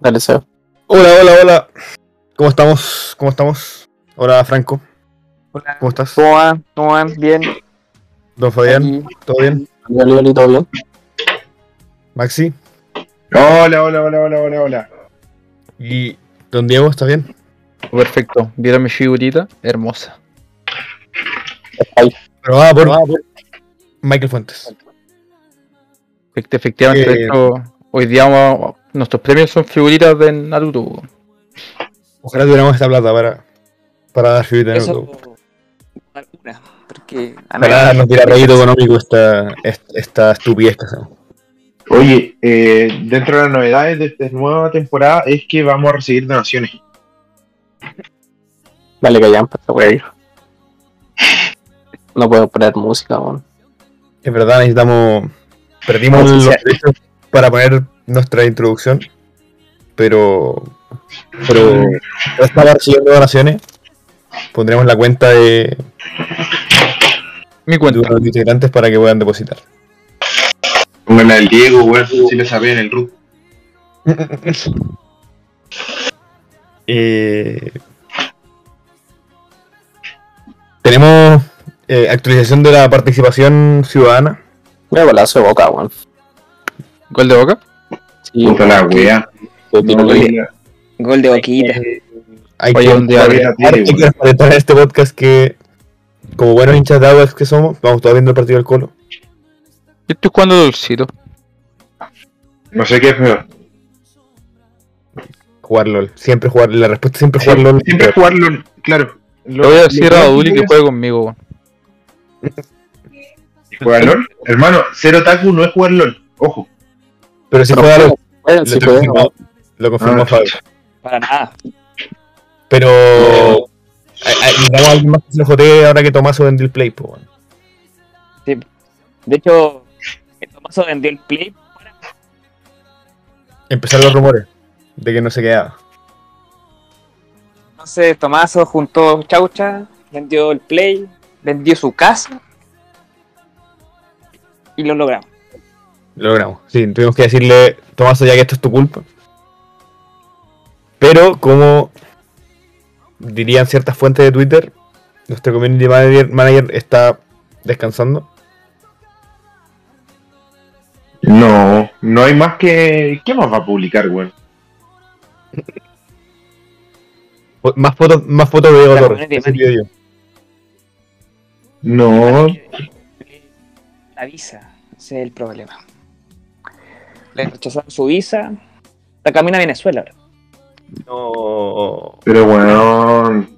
Dale, Seba. Hola, hola, hola. ¿Cómo estamos? ¿Cómo estamos? Hola, Franco. Hola. ¿Cómo estás? ¿Cómo van? ¿Cómo van? Bien. Don Fabián, Aquí. ¿todo bien? Dale, dale, todo bien. Maxi Hola, hola, hola, hola, hola, hola. y Don Diego, ¿estás bien? Perfecto. ¿Vieron mi figurita? Hermosa. Probada por Michael Fuentes. Efect- Efectivamente, Eh. de hecho, hoy día vamos a- nuestros premios son figuritas de Naruto. weón. Ojalá tuviéramos esta plata para, para dar fibra de Eso. Naruto. Alguna, Porque ah, a mí- Para darnos tirarreíto económico esta, est- esta estupidez que hacemos. Oye, eh, dentro de las novedades de esta nueva temporada es que vamos a recibir donaciones. Dale, pues, callampa, esta wea, viejo. No puedo poner música, weón. Es verdad, necesitamos. Perdimos Vamos a los hacer. derechos para poner nuestra introducción, pero. Pero. Estamos recibiendo donaciones. Pondremos la cuenta de, Mi de cuenta. los integrantes para que puedan depositar. Pónganle al Diego, weón, si le sabía en el root. Eh, tenemos eh, actualización de la participación ciudadana. Mira balazo de boca, weón. Gol de boca. Sí, Puta la wea. te tiro No, el- oye, Gol de boquita. Hay Oye, un día hay bien, hay que resaltar en este podcast que, como buenos hinchas de agua que somos, vamos todos viendo el partido del Colo. Yo estoy jugando dulcito. No sé qué es peor. Jugar LOL. Siempre jugar. La respuesta es siempre jugar LOL. Siempre jugarlo, claro. Le voy a decir a Duli que juegue conmigo. weón. ¿Jugar LOL? Hermano, ser otaku no es jugar LOL. Ojo. Pero si Pero juega LOL. juegan, Lo sí pues, juegan, confirmó, lo confirmó Ah, Fabio. Para nada. Pero. hay- hay- Necesitamos a alguien más que se lo jotee ahora que Tomaso vendió el play. pues, po, weón. De hecho, el famoso vendió el play para Empezaron los rumores de que no se quedaba. Entonces Tomaso juntó chaucha, vendió el play, vendió su casa y lo logramos. Lo logramos. Sí, tuvimos que decirle, Tomaso, ya que esto es tu culpa. Pero, como dirían ciertas fuentes de Twitter, nuestro community manager, manager está descansando. No, no hay más que. ¿Qué más va a publicar, weón? Fo- Más fotos, más fotos de Diego Claro, Torres. community ese video yo. No. La visa, ese es el problema. Le rechazaron su visa, la camina a Venezuela ahora. No. Pero weón.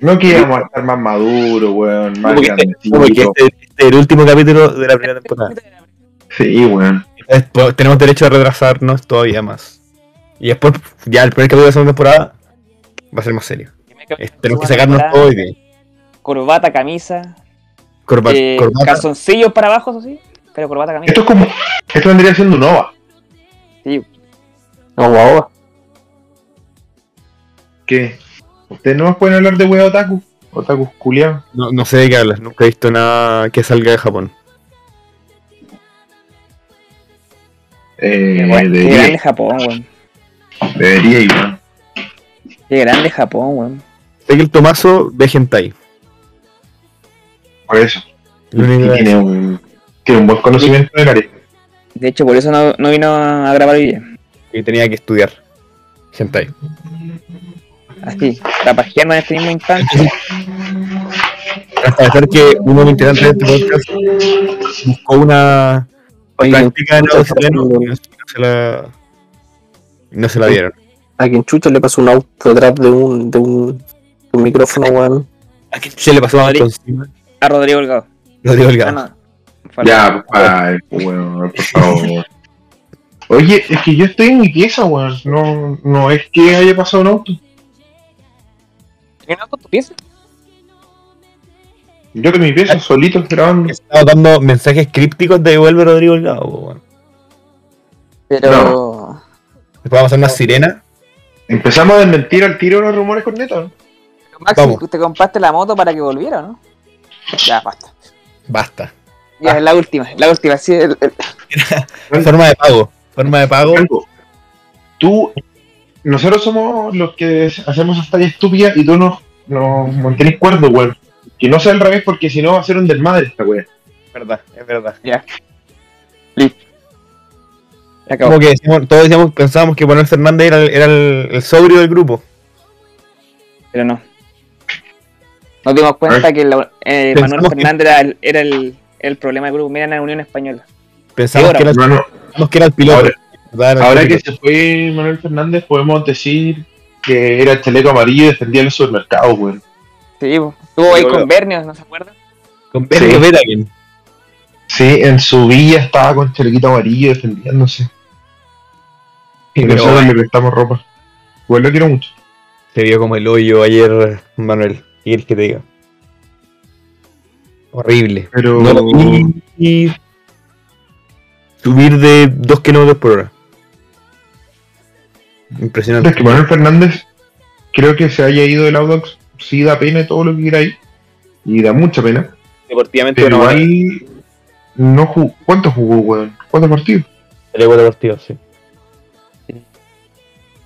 No queríamos estar más maduros, weón. Más Como que, este, como que grandecitos. este- este es el último capítulo de la primera temporada. Sí, weón. Entonces, po- tenemos derecho a retrasarnos todavía más. Y después, ya el primer capítulo de la segunda temporada va a ser más serio. Es- tenemos que sacarnos todo hoy día. Corbata, camisa, Corba- eh, corbata, calzoncillos para abajo, eso sí, pero corbata, camisa. Esto es como. Esto vendría siendo un OVA. Sí, No, guau. ¿Qué? ¿Ustedes no nos pueden hablar de wea otaku? Otaku culiao. No, no sé de qué hablas, nunca he visto nada que salga de Japón. Eh, qué guay, qué grande debería, Japón, weón. debería ir, weón. Qué grande Japón, weón. Sé que el Tomaso ve hentai. Por eso. Lo único Y que- tiene un, tiene un buen conocimiento del área. De hecho, por eso no, no vino a grabar hoy día. que tenía que estudiar. Hentai. Así, tapajeando en este mismo instante. Hasta dejar que uno de los integrantes de este podcast buscó una Oye, práctica en chucha, audio chileno está y no se- no se la. No se la dieron. a quien chucho le pasó un auto atrás de un, de un, de un micrófono, weón. Se le pasó a Rodrigo. encima. A Rodrigo Holgado. Rodrigo Ah, Delgado. no. Falta. Ya, ay, weón, por favor. Oye, es que yo estoy en mi pieza, weón. No, no es que haya pasado un auto. ¿Tiene algo en tu pieza? Yo que mi pieza solito grabando. Estaba dando mensajes crípticos de vuelve Rodrigo Delgado. po, weón. Pero. Después vamos a hacer una sirena. Empezamos a desmentir al tiro los rumores con neta, ¿no? pero Maxi, Vamos. te compraste la moto para que volviera, ¿no? Ya, basta. Basta. Ya, Ah. es la última, la última. Sí, el- el- Forma de pago. Forma de pago. Franco, Tú nosotros somos los que hacemos esta talla estúpida y tú nos, nos mantenés cuerdo, weón. Que no sea al revés porque si no va a ser un desmadre esta weón. verdad, es verdad. Se acabó. Como que decimos- todos decíamos, pensábamos que Manuel Fernández era, el- era el, el sobrio del grupo. Pero no. Nos dimos cuenta que la- eh, Pensamos Manuel que- Fernández era, el, era el, el problema del grupo. Mira en la Unión Española. Pensábamos Ahora. que, era, Hermano, pensábamos que era el piloto. Ahora- ¿verdad? Era el ahora que piloto. se fue Manuel Fernández podemos decir que era el chaleco amarillo y defendía los supermercados, weón. Sí, po. estuvo ahí Pero- con Bernios, ¿no se acuerdan? Con Bernie Sí. Betagen. Sí, en su villa estaba con chalequito amarillo defendiéndose. Y Pero- nosotros le prestamos ropa. Weón, lo quiero mucho. Se vio como el hoyo ayer, Manuel. ¿Qué quieres que te diga? Horrible. Pero. No lo vi y subir de 2 kilómetros por hora. Impresionante. Es que Manuel Fernández creo que se haya ido del Audax, sí da pena y todo lo que quiera ahí. Y da mucha pena. Deportivamente Pero igual no jugó. ¿Cuánto jugó, weón? ¿Cuántos partidos? partidos, sí.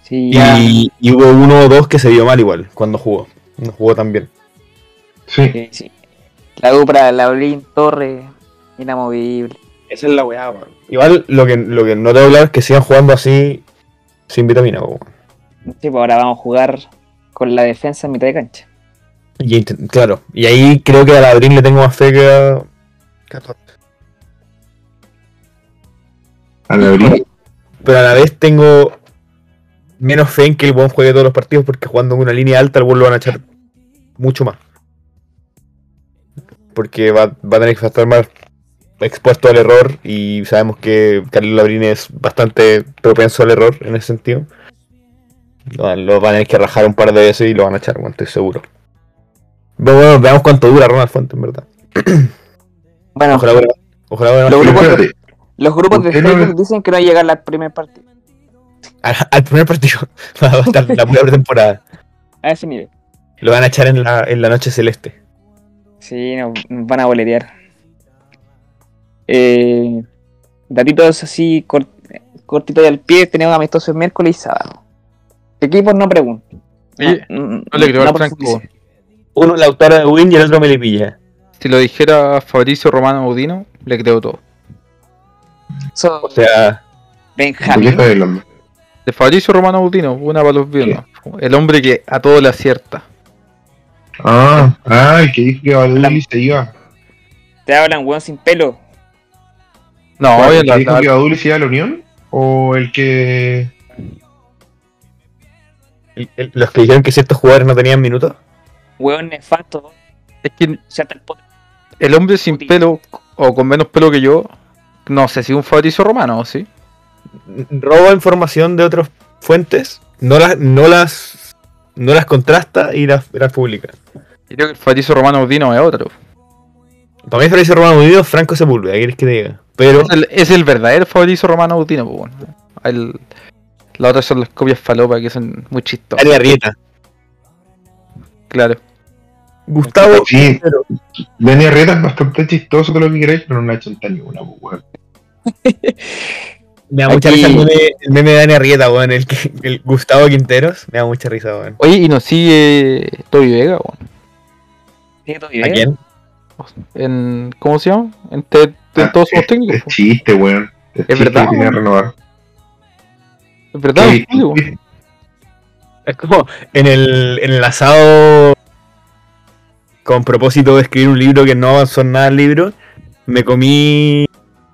Sí, ya. Y, y hubo uno o dos que se vio mal igual cuando jugó. No jugó tan bien. Sí. Sí, sí. La dupla, la Olin Torres, inamovible. Esa es la weá, weón. Igual lo que, lo que no te hablar es que sigan jugando así sin vitamina. po. Sí, pues ahora vamos a jugar con la defensa en mitad de cancha. Y intent- claro, y ahí creo que a Labrín le tengo más fe que a... A la abril. Pero a la vez tengo menos fe en que el buen juegue todos los partidos porque jugando en una línea alta el buen lo van a echar mucho más. Porque va, va a tener que estar más expuesto al error y sabemos que Carlos Labrín es bastante propenso al error en ese sentido. Lo, lo van a tener que rajar un par de veces y lo van a echar, bueno, estoy seguro. Pero bueno, veamos cuánto dura Ronald Fuente, en verdad. Bueno, Ojalá, vuelva- ojalá vuelva- Lo- Pero grupos- espérate, los grupos de ¿Por qué no Facebook me- dicen que no va a llegar al primer partido. al, al primer partido va a estar la pura pretemporada. A ese nivel. Lo van a echar en la, en la noche celeste. Sí, nos, nos van a boletear. Eh, datitos así cort- cortitos y al pie, tenemos amistosos el miércoles y sábado. Equipos no pregunto. Ah. Oye, mm, no, no le creo al profundizo. Franco. Uno Lautaro de Win y el otro Melipilla. Si lo dijera Fabricio Romano Audino, le creo todo. So, O sea, ¿de qué Benjamín. estás hablando? De Fabricio Romano Audino, una para los viernes. El hombre que a todo le acierta. Ah, ah, el que dijo que Baduli se iba. Te hablan, weón, sin pelo. No, ¿El oye, que la- dijo la- que Baduli se iba a la Unión? ¿O el que.? el- el- los que dijeron que ciertos jugadores no tenían minutos. Weón nefasto. es que Ya está el po- el hombre sin pelo o con menos pelo que yo, no sé si un Fabricio Romano o sí. Roba información de otras fuentes, no las, no las, no las contrasta y las, las publica. Yo Creo que el Fabricio Romano Audino es otro. Para mí Fabricio Romano Unido, Franco Sepúlveda, ¿qué quieres que te diga? Pero Es el, es el verdadero Fabricio Romano Audino, pues bueno. El- la otra son las copias falopa que son muy chistosas. Ariel Arrieta. Claro. Gustavo, Sí, Ah, pero- Dani Arrieta es bastante chistoso, todo lo que queráis, pero no le ha hecho ni una, pues, weón. me da mucha Aquí- risa el meme, el meme de Dani Arrieta, weón, el, que- el Gustavo Quinteros, me da mucha risa, weón. Oye, y nos sigue Toby Vega, weón. Sí, todo ¿A bien. quién? En, ¿Cómo se llama? En, te- en todos somos técnicos. Es po. chiste, weón. Es, chiste verdad, que tiene que renovar. Es verdad, Sí, sí, po. sí. Es como en el, en el asado con propósito de escribir un libro que no avanzó en nada el libro, me comí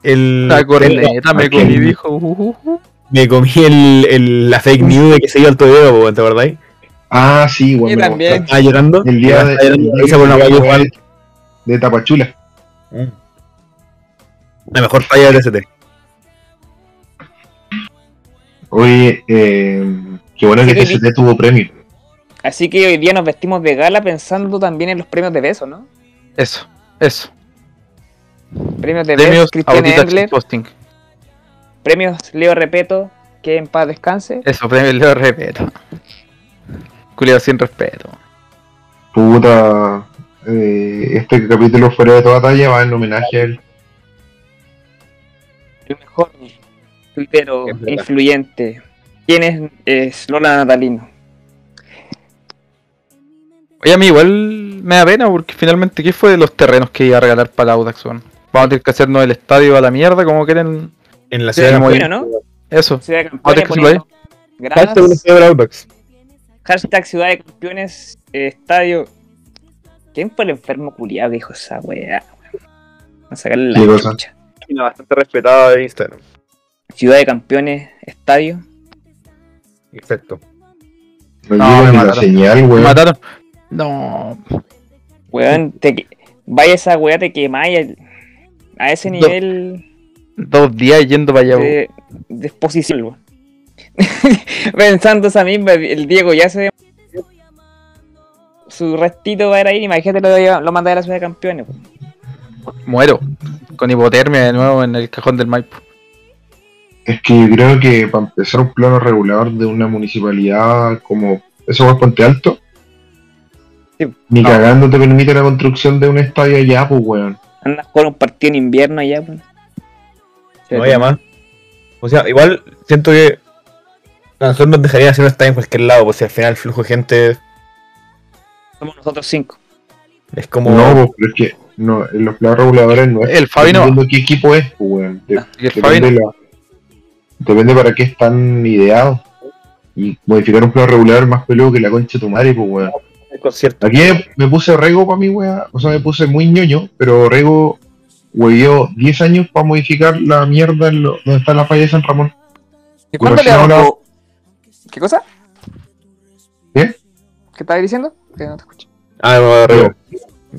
el La corneta me ok. comí, dijo. uh, uh, uh. me comí el, el- la fake news de que se iba al Toledo, po, ¿te acordáis? Ah, sí, weón. Yo me lo también. mostraste. Estaba llorando. El día de, Estaba el llorando, día esa fue una que- guay igual. de Tapachula. Mm. La mejor talla del ST. Oye, eh, qué bueno que Sí, TCT tuvo premio. Así que hoy día nos vestimos de gala pensando también en los premios de beso, ¿no? Eso, eso. Premios de beso, Premios Cristian Audita Engler, Posting. premios Leo Repeto, que en paz descanse. Eso, premios Leo Respeto. Culiado sin respeto. Puta, eh, este capítulo fuera de toda talla va en homenaje a él. El mejor tuitero Es verdad. influyente ¿Quién es, es Lola Natalino? Oye, a mí igual me da pena porque finalmente, ¿qué fue de los terrenos que iba a regalar para el Audax, weón? Vamos a tener que hacernos el estadio a la mierda, como quieren. En la Sí, ciudad muy- Bueno, ¿no? Eso. Ciudad de Ahora Campeones. que se lo ve. poniendo gradas. Yo Hashtag Ciudad de Campeones, eh, estadio. ¿Quién fue el enfermo culiado que dijo esa weá? A sacarle ¿Qué la cosa? chucha. bastante respetada de Instagram. Ciudad de Campeones, estadio. Exacto. No, No, llega me ni la mataron. señal, Me weón. mataron. No. Weón, te que- vaya esa weá, te quemáis al- a ese nivel Dos días yendo para allá, weón. de, de exposición, weón. Pensando esa misma, el Diego ya se. Su restito va a ir ahí, imagínate lo, de- lo mandar a la Ciudad de Campeones. weón. Muero. Con hipotermia de nuevo en el cajón del Maipo. Es que yo creo que para empezar un plano regulador de una municipalidad como eso es Ponte Alto, Sí. ni cagando te permite la construcción de un estadio allá, pues weón. Andas a jugar un partido en invierno allá, weón. No hay más. O sea, igual siento que a nosotros nos dejarían hacer un estadio en cualquier lado, pues si al final el flujo de gente Somos nosotros cinco. es como. No, pues, pero es que no, en los planos reguladores no es El Fabi no. Ah, dependiendo qué equipo es, pues weón. De- Y el Fabi depende, la- depende para qué están ideados. Y modificar un plano regulador es más peludo que la concha de tu madre, pues weón. el concierto. Aquí me puse rego para mi wea, o sea, me puse muy ñoño, pero rego huevió 10 años para modificar la mierda en lo- donde está la falla de San Ramón. ¿Y Bueno, cuándo si le damos? no, no. ¿Qué cosa? ¿Qué? ¿Qué estabas diciendo? Que no te escucho. Ah, no, arriba.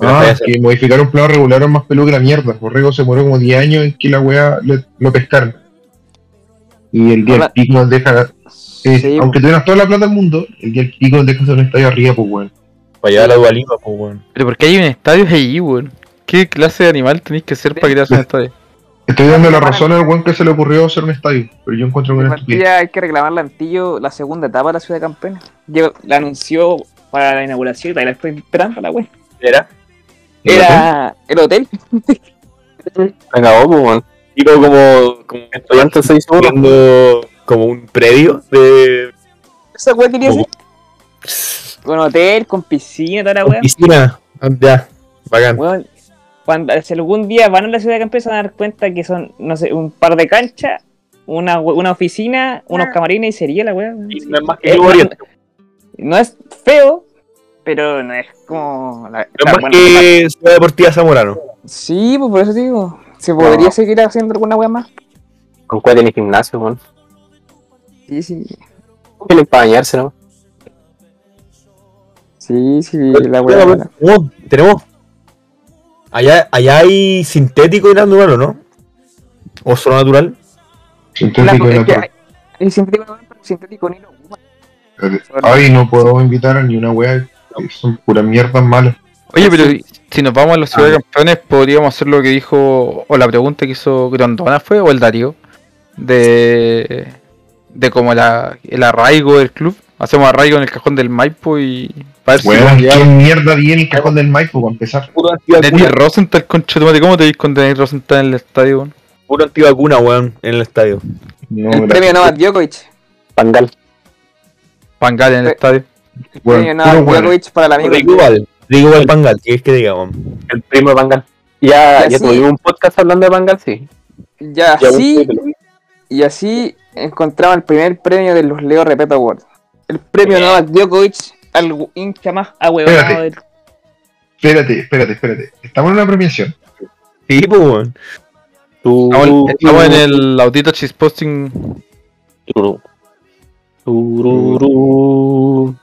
Ah, que modificar un plano regular es más peludo que la mierda. Por rego se murió como 10 años en que la wea le- lo pescaron. Y el día del Ahora- pico nos deja, eh, Sí, pues, aunque tuvieras toda la plata del mundo, el día del pico nos deja hacer un estadio arriba, pues weón. Para llevar la Dualipa, pues weón. Pero ¿por qué hay un estadio allí, weón? ¿Qué clase de animal tenéis que ser para crearse un estadio? Estoy dando la razón al weón que se le ocurrió hacer un estadio, pero yo encuentro que En una estupidez. partida hay que reclamarle a Antillo la segunda etapa de la Ciudad de Campeones. Yo la anunció para la inauguración y todavía la estoy esperando la web. ¿Era? Era el hotel. Acabó, pues, weón. Digo, como, como Durante seis horas. viendo como un predio de Esa web quería hacer. Con hotel, con piscina, toda la web. piscina. Ah, Ya, bacán. Weón, cuando si algún día van a la ciudad de campeones se van a dar cuenta que son, no sé, un par de canchas, una, we- una oficina, unos camarines y sería la weá. weón. No es más Es que Nuevo más- Oriente. No es feo, pero no es como la, No es la- más bueno, que Ciudad Deportiva Zamorano. Sí, pues por eso te digo. Se podría No. seguir haciendo alguna weá más. Con cuál tiene gimnasio, weón. Sí, sí. Tienen para bañarse, ¿no? Sí, sí, la weá. Tenemos, tenemos. Allá, allá hay sintético y natural, ¿o no? O solo natural. Sintético de la torre. El sintético, pero sintético ni lo ocupa. Ay, no puedo invitar a ni una wea. Son puras mierdas malas. Oye, pero si nos vamos a la ciudad de campeones, podríamos hacer lo que dijo, o la pregunta que hizo Grondona fue, o el Darío, de, de como la, el arraigo del club. Hacemos arraigo en el cajón del Maipo y para ver Weón, si ¿qué mierda viene el cajón del Maipo para empezar? Puro Denis antivacuna, Rosenthal, conchetumate, ¿cómo te ves con Denis Rosenthal en el estadio? weón? puro antivacuna, weón, en el estadio. No, El gracias. premio Novak Djokovic. Pangal. Pangal en el Pe- estadio. El Bueno, premio puro Novak bueno. Djokovic para la amigo. Igual, digo igual Pangal, ¿qué es que digamos? El primo de Pangal. Ya, Ah, Ya ya sí. tuvimos un podcast hablando de Pangal, sí. Ya, Ya sí. un- Y así encontraba el primer premio de los Leo Repeta Award. El premio Novak Djokovic al gu- hincha más ahuevonado Espérate. del. Espérate, espérate, espérate. Estamos en una premiación. Sí, pues, weón. Tú- Estamos, estamos en el audito posting Tururú. Tururú.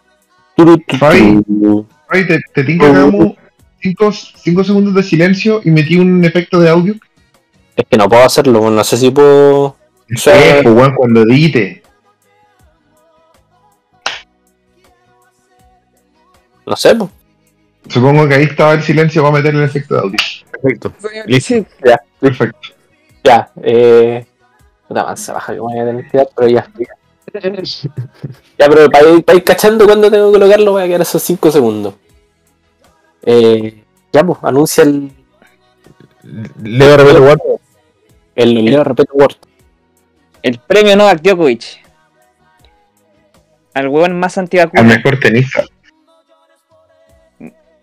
Tururú. Fabi. Ay, te, te tinca que hagamos cinco, cinco segundos de silencio y metí un efecto de audio. Es que no puedo hacerlo, weón. no sé si puedo. Sí. Eh, pues, weón, cuando edite. No sé, pues. Supongo que ahí estaba el silencio, va a meter el efecto de audio. Perfecto. Listo. Sí, Perfecto. Ya, eh. Puta man, se baja que voy a tener que dar, pero ya. Ya, pero para ir, para ir cachando cuando tengo que colocarlo, voy a quedar esos 5 segundos. Eh, ya, pues, anuncia el. Leo Rebelo Guard. El Leo Repeto Word. El premio Novak Djokovic al hueón más Al antivacuna, mejor tenista.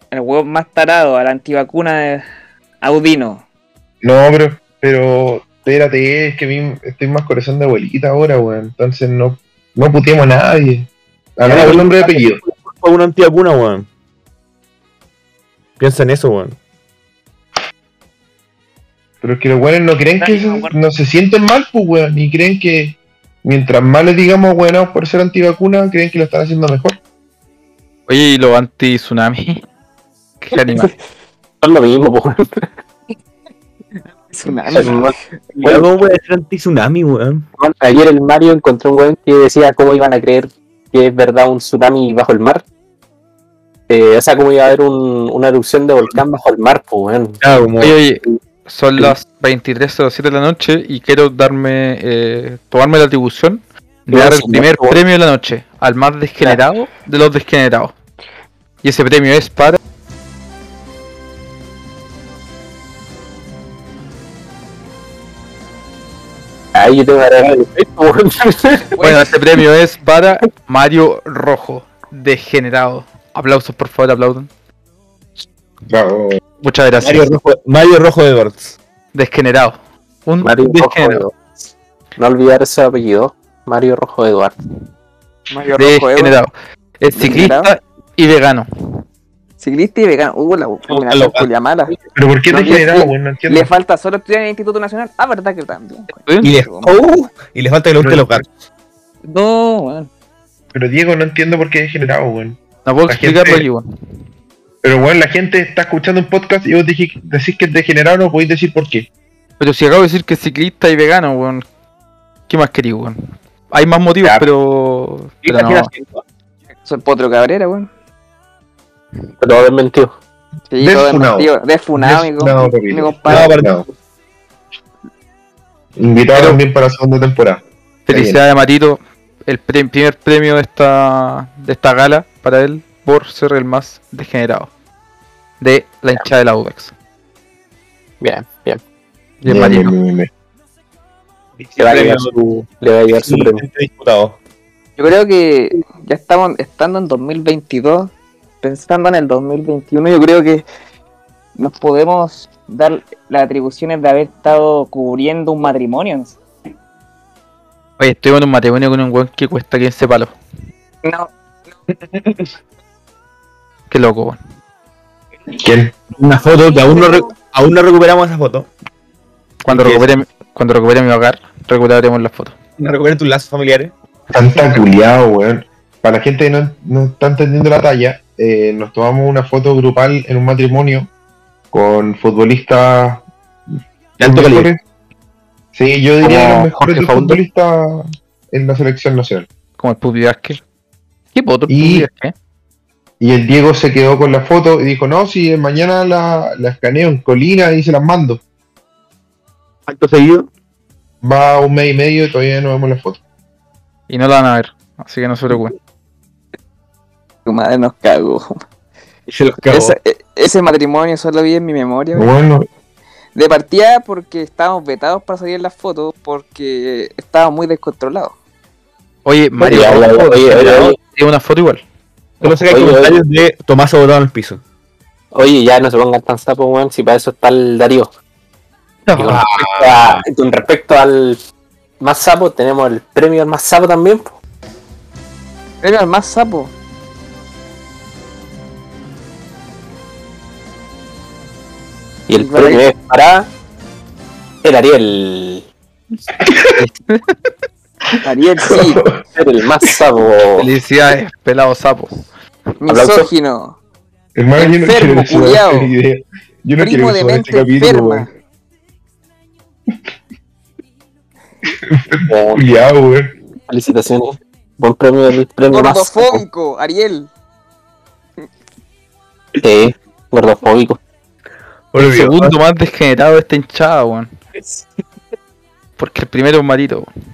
al hueón más tarado, al antivacuna de Audino. No, pero, pero espérate, es que a mí estoy más corazón de abuelita ahora, weón. Entonces no, no puteemos a nadie. Hagamos el nombre de apellido. Fue una antiacuna, weón. Piensa en eso, weón. Pero es que los weones no creen que eso- no se sienten mal, pues, weón. Ni creen que mientras más les digamos, weón, por ser antivacuna, creen que lo están haciendo mejor. Oye, y lo anti-tsunami. Qué animal. Es lo mismo, po, weón. Weón, ¿cómo puede ser anti-tsunami, weón? Bueno, ayer el Mario encontró un weón que decía cómo iban a creer que es verdad un tsunami bajo el mar. Eh, o sea, cómo iba a haber un- una erupción de volcán bajo el mar, pues, weón. Ya, como. Oye, oye, son las 23.07 de la noche y quiero darme, eh, tomarme la atribución de Claro, dar el sí, primer por favor. premio de la noche al más desgenerado de los desgenerados. Y ese premio es para. Ahí yo tengo que agarrar el efecto, weón. Bueno, ese premio es para Mario Rojo, degenerado. Aplausos, por favor, aplaudan. Bravo. Muchas gracias. Mario Rojo, Mario Rojo Edwards. Desgenerado. Un Mario Rojo desgenerado. Eduardo. No olvidar ese apellido. Mario Rojo Eduardo. Mario Degenerado. Es ciclista y vegano. Ciclista y vegano. Uh, la Aló. combinación culia mala. Pero ¿por qué No, te le- generado, weón? No entiendo. Le falta solo estudiar en el Instituto Nacional. Ah, verdad que también. Estudiante. Y le, ¡Oh! y le falta que le gusten los gatos. No, weón. Pero Diego, no entiendo por qué degenerado, weón. No puedo La explicarlo gente- aquí, weón. Pero weón, la gente está escuchando un podcast y vos dije- decís que es degenerado, no podéis decir por qué. Pero si acabo de decir que es ciclista y vegano, weón. ¿Qué más quería, weón? Hay más motivos, Ya. pero. Pero no. Soy Potro Cabrera, weón. Pero haber mentido. Sí, todo Desfunado. desmentido. Desfunado, mi Desfunado, compa- mi Rodrigo. No, compadre. pero- No. Invitado Pero- también para la segunda temporada. Felicidades a Matito. El pre- primer premio de esta, de esta gala para él por ser el más degenerado de la hinchada de la E UDEX. Bien, bien. Y el Bien, Matito. bien, bien, bien. Le va a llegar su, le va a llegar su premio. disputado. Yo creo que ya estamos estando en 2022, pensando en el 2021, yo creo que nos podemos dar las atribuciones de haber estado cubriendo un matrimonio. Oye, estuvimos en un matrimonio con un weón que cuesta 15 palos. No, Qué loco, weón. ¿Quién? Una foto que aún no, recu- aún no recuperamos esa foto. Cuando ¿Y qué es? recupere, cuando recupere mi hogar, recuperaremos las fotos. No recuperan tus lazos familiares. Tanta culiado, weón. Para la gente que no, no está entendiendo la talla, eh, nos tomamos una foto grupal en un matrimonio con futbolistas De alto mejores. calibre. Sí, yo diría Como los mejores Jorge del Faundo. futbolista en la selección nacional. Como el Pupi Vázquez. ¿Qué poto el Y- Pupi Vázquez? Y el Diego se quedó con la foto y dijo, no, si mañana la, la escaneo en colina y se las mando. Acto seguido. Va un mes y medio y todavía no vemos la foto. Y no la van a ver, así que no se preocupen. tu madre nos cagó. Y se los cagó. Ese, e- ese matrimonio solo vi en mi memoria. weón. Bueno, De partida porque estábamos vetados para salir en las fotos porque estábamos muy descontrolados. Oye, Mario, Oye, oye, Rojo, oye, degenerado, oye. tiene una foto igual. Solo saca Oye, comentarios de Tomás Abotado en el piso. Oye, ya no se pongan tan sapos, weón, si para eso está el Darío. Y con, Ah, respecto a- con respecto al más sapo, tenemos el premio al más sapo también. po. Era el más sapo. Y el El premio es para el Ariel. Ariel, sí. Ser el más sapo. Felicidades, pelado sapo. Misógino. hermano, yo no Enfermo, quiero que suba culiao. esta idea. Yo no primo quiero que de suba este mente capítulo, enferma. weón. Culiao, weón. Felicitaciones. Buen premio del premio más sapo. Gordofóbico, Ariel. Sí, gordofóbico. El segundo más desgenerado de esta hinchada, weón. Porque el primero es Marito. weón.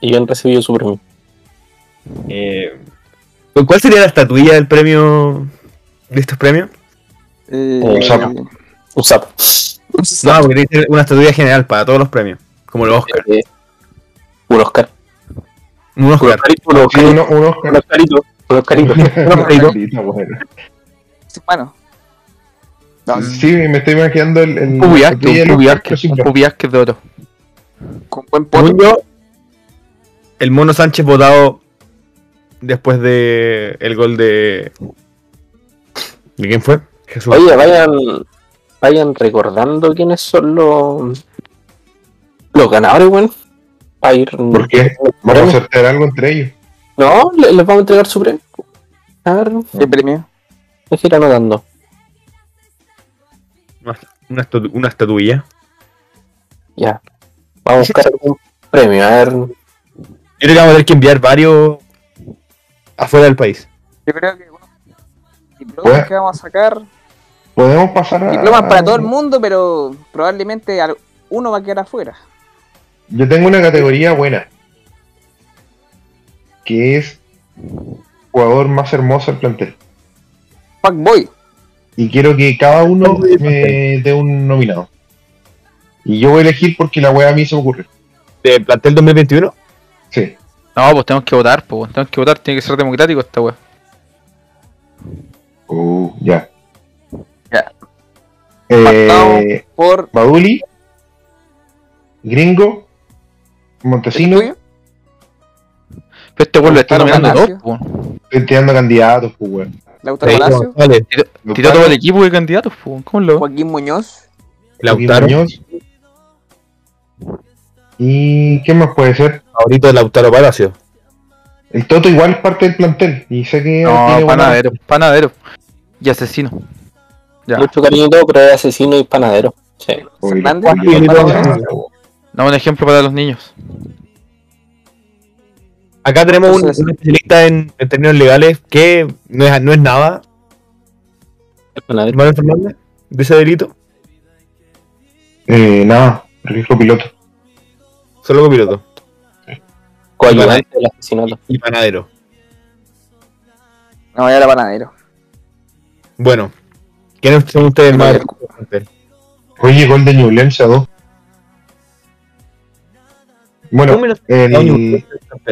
Y yo han recibido su premio. Eh, ¿cu- ¿Cuál sería la estatuilla del premio? ¿De estos premios? Eh, Oh, sapo. Un sapo. No, porque tiene que ser una estatuilla general para todos los premios. Como los Oscar. Eh, un Oscar. Un Un Oscar. Oscarito, un Sí, Oscarito, uno, un Oscar. un Oscarito, un Oscarito. Un Oscarito. Oscarito, weón. Bueno, No, Sí, me estoy imaginando el. el un el- pubiasque, el- un pubiasque, sí, un pero- pubiasque de oro. con buen poto. Según yo, el mono Sánchez votado después de el gol de. ¿De quién fue? Jesús. Oye, vayan, vayan recordando quiénes son los, los ganadores, weón. Para ir. ¿Por qué? Vamos a sortear algo entre ellos. No, le- les vamos a entregar su premio. A ver, ¿Qué premio? deja ir anotando. Una, estatu- una estatuilla. Ya. Vamos a buscar algún premio, a ver. Yo creo que vamos a tener que enviar varios afuera del país. Yo creo que bueno, diplomas Bueno. que vamos a sacar. Podemos pasar a. Diplomas para ah. todo el mundo, pero probablemente al- uno va a quedar afuera. Yo tengo una categoría buena. Que es. Jugador más hermoso del plantel. Fuckboy. Y quiero que cada uno me dé un nominado. Y yo voy a elegir porque la wea a mí se me ocurre. ¿De plantel 2021? Sí. No, pues tenemos que votar, pues, tenemos que votar, tiene que ser democrático esta weá. Oh, ya. Ya. Eh, Faltado por Baduli. Gringo. Montesino. tuyo. Pero este weón lo está Lautaro nominando Palacio. todo, pues. Estoy tirando candidatos, pues, weón. Lautaro Sí, Palacio, Vale. Tiró todo el equipo de candidatos, pues, ¿cómo lo Joaquín Muñoz, Joaquín Lautaro. Muñoz. ¿Y qué más puede ser? Favorito de Lautaro Palacio. El Toto igual es parte del plantel. Y sé que No, buena- panadero, panadero. Y asesino. Ya. Mucho cariño y todo, pero es asesino y panadero. Sí. Oye, Fernández, oye, Juan oye, Pinto. oye, No, un ejemplo para los niños. Acá tenemos un, Entonces- un especialista en, en términos legales que no es, no es nada. el panadero. Manuel Fernández, de ese delito. Eh, nada, riesgo piloto. Solo copiloto. Coayudante del asesinato. Y panadero. no, ya era panadero. Bueno. ¿Quiénes son ustedes más? Oye, gol de Newlands a dos. Bueno, ¿Cómo me lo- el,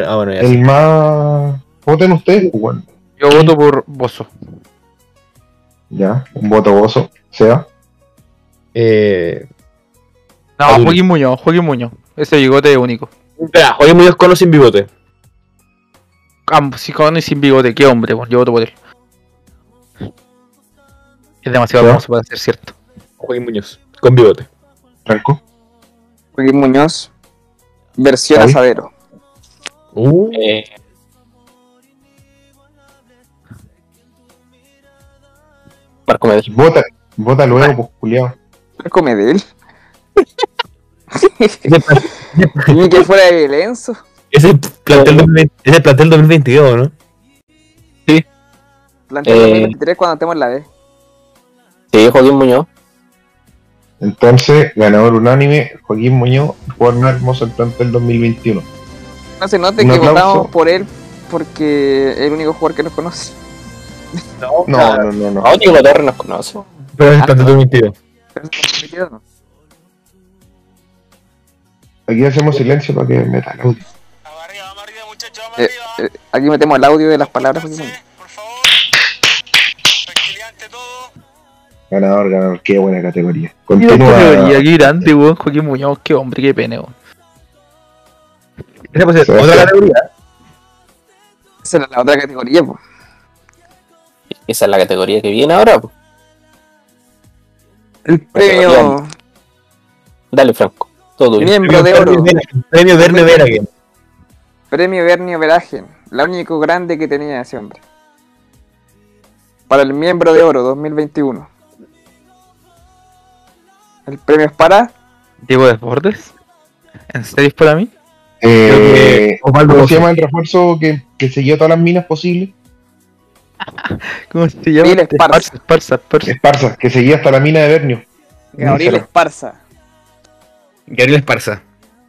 Ah, bueno, ya. sé. el más. Voten ustedes, pues, weón. Yo voto por Bozo. Ya, un voto gozo. Seba. Eh, No, Adul- Joaquín Muñoz, Joaquín Muñoz. Ese bigote es único. espera, Joaquín Muñoz con o sin bigote. Ah, sí, con y sin bigote, qué hombre, pues, yo voto por él. Es demasiado ¿Ya? hermoso para ser cierto. Joaquín Muñoz. Con bigote. Franco. Joaquín Muñoz, versión Ahí. asadero. Uh, Eh, Marco Medel. Vota, vota luego, pues, culiao. Marco Medel. ese Ni que fuera de Belenzo. es el plantel, 2020 es el plantel 2022, ¿no? Plantel Eh. 2023 cuando estemos en la B. Sí, Joaquín Muñoz. Entonces, ganador unánime, Joaquín Muñoz, jugador más hermoso del plantel 2021. No se note Un que aplauso. votamos por él porque es el único jugador que nos conoce. No, No, no, no, no. No, Diego Torres nos conoce. Pero es Ah. el plantel 2022. Pero no me quedo, ¿no? Aquí hacemos silencio para que meta el audio. Vamos arriba, vamos arriba, muchachos, vamos Eh, arriba. eh, aquí metemos el audio de las palabras. Joaquín Muñoz. Entonces, Por favor. Tranquilidad ante todo. Ganador, ganador, qué buena categoría. Mira, Continúa. qué teoría, qué grande, weón, Joaquín Muñoz, qué hombre, qué pene, weón. Esa puede ser Sí. otra categoría. Esa es la otra categoría. po. Esa es la categoría que viene ahora. po. El premio Dale, Franco. Todo tuyo. Miembro de Premio Oro. Veraguen, Premio Verne Vera. Premio Bernie Veragen, la único grande que tenía ese hombre. Para el miembro de oro 2021. El premio es para Diego Desbordes. ¿En serio es para mí? Eh, Osvaldo ¿Cómo Bozo. se llama el refuerzo que, que siguió todas las minas posibles? ¿Cómo se llama? este? Miguel Esparza. Esparza, Esparza. Esparza, que seguía hasta la mina de Bernio. Gabriel Díselo. Esparza. Gabriel Esparza.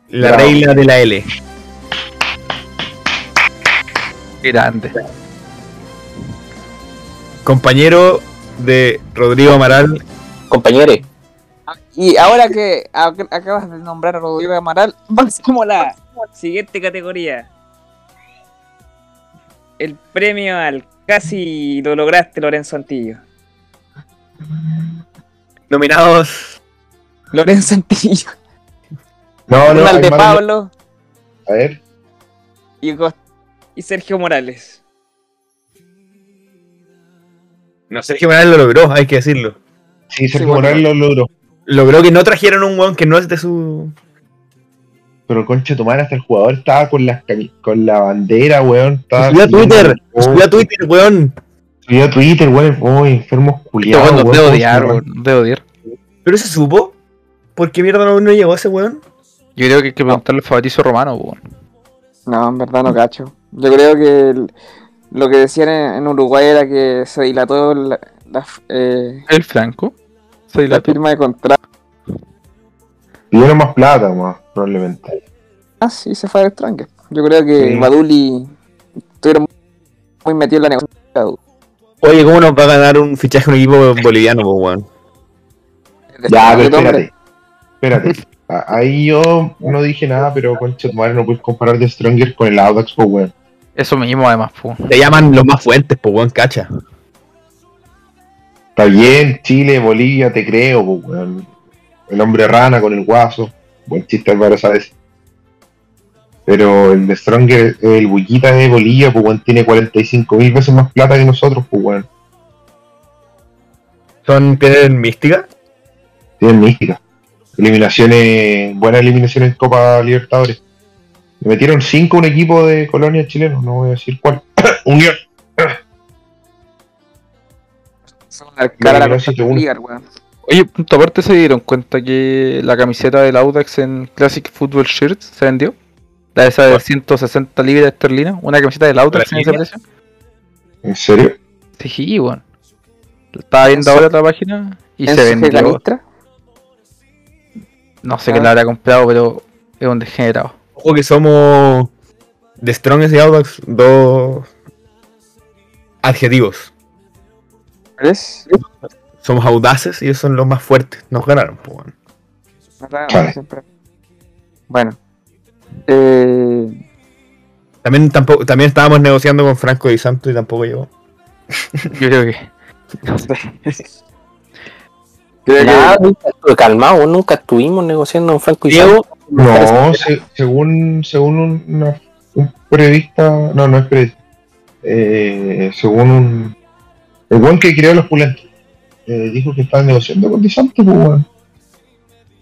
La Bravo. regla de la L. Grande. Compañero de Rodrigo Amaral. Compañeros, Y ahora que ac- acabas de nombrar a Rodrigo Amaral, pasamos a la siguiente categoría. el premio al casi lo lograste, Lorenzo Antillo. Nominados. Lorenzo Antillo, No, no, Ronald hay de más- Pablo A ver. y, Cos- y Sergio Morales. No, Sergio Morales lo logró, hay que decirlo. Sí, Sergio bueno. Morales lo logró. Logró que no trajeran un weón que no es de su. Pero concha tu madre, hasta el jugador estaba con las cami- con la bandera, weón. Estaba Subió a Twitter, Oh, subió a Twitter, weón. subió a Twitter, weón. Uy, enfermos Este culiados. weón nos weón. debe odiar, weón, nos debe odiar. Pero se supo. ¿Por qué mierda no, no llegó ese weón? Yo creo que hay que preguntarle al Fabricio Romano, weón. No, en verdad no cacho. Yo creo que el- lo que decían en, en Uruguay era que se dilató la, la- eh, El Franco. Se la dilató. firma de contrato. Pidieron más plata, más, probablemente. Ah, sí, se fue al extranjero. Yo creo que Sí. Baduli estuvieron muy metidos en la negociación. Oye, ¿cómo nos va a ganar un fichaje un equipo boliviano, pues, weón? Ya, De pero nombre. espérate. Espérate. A- Ahí yo no dije nada, pero concha tu madre, no puedes comparar The Stronger con el Audax, pues, weón. Eso mismo, además, po. Te llaman los más fuentes, pues, weón, cacha. Está bien, Chile, Bolivia, te creo, pues, weón. El hombre rana con el guaso. Buen chiste, Álvaro, sabes. Pero el de Stronger, el Bullita de Bolivia, pues, weón, tiene 45 mil veces más plata que nosotros, pues, weón. ¿Son tienen mística? Tienen mística. Eliminaciones, buenas eliminaciones en Copa Libertadores. Le metieron 5 un equipo de colonia chileno, no voy a decir cuál. Unión. Se van a dar cara a Mira, la mira, sí, Copa según- Liga, weón. Oye, punto aparte, ¿se dieron cuenta que la camiseta del Audax en Classic Football Shirt se vendió? La esa de 160 libras esterlinas. Una camiseta del Audax en ese ¿Brasilia? precio. ¿En serio? Sí, weón. Estaba viendo Enzo- ahora la página y Enzo se vendió. Gecalistra. No sé Ah. quién la habrá comprado, pero es un degenerado. Ojo que somos de Strongest y Audax dos adjetivos. ¿Ves? Somos audaces y ellos son los más fuertes. Nos ganaron, pues, weón. Acá, Vale. siempre. Bueno. Eh, También, tampoco, también estábamos negociando con Franco y Santos y tampoco llegó. Yo creo que. creo Nada, que nunca estuve calmado, nunca estuvimos negociando en Franco y Diego, Santos. No, se- según, según un, una- un periodista, no, no es periodista, eh, según un, el buen que creó los pulentos, eh, dijo que estaba negociando con Di Santo, pues, weón.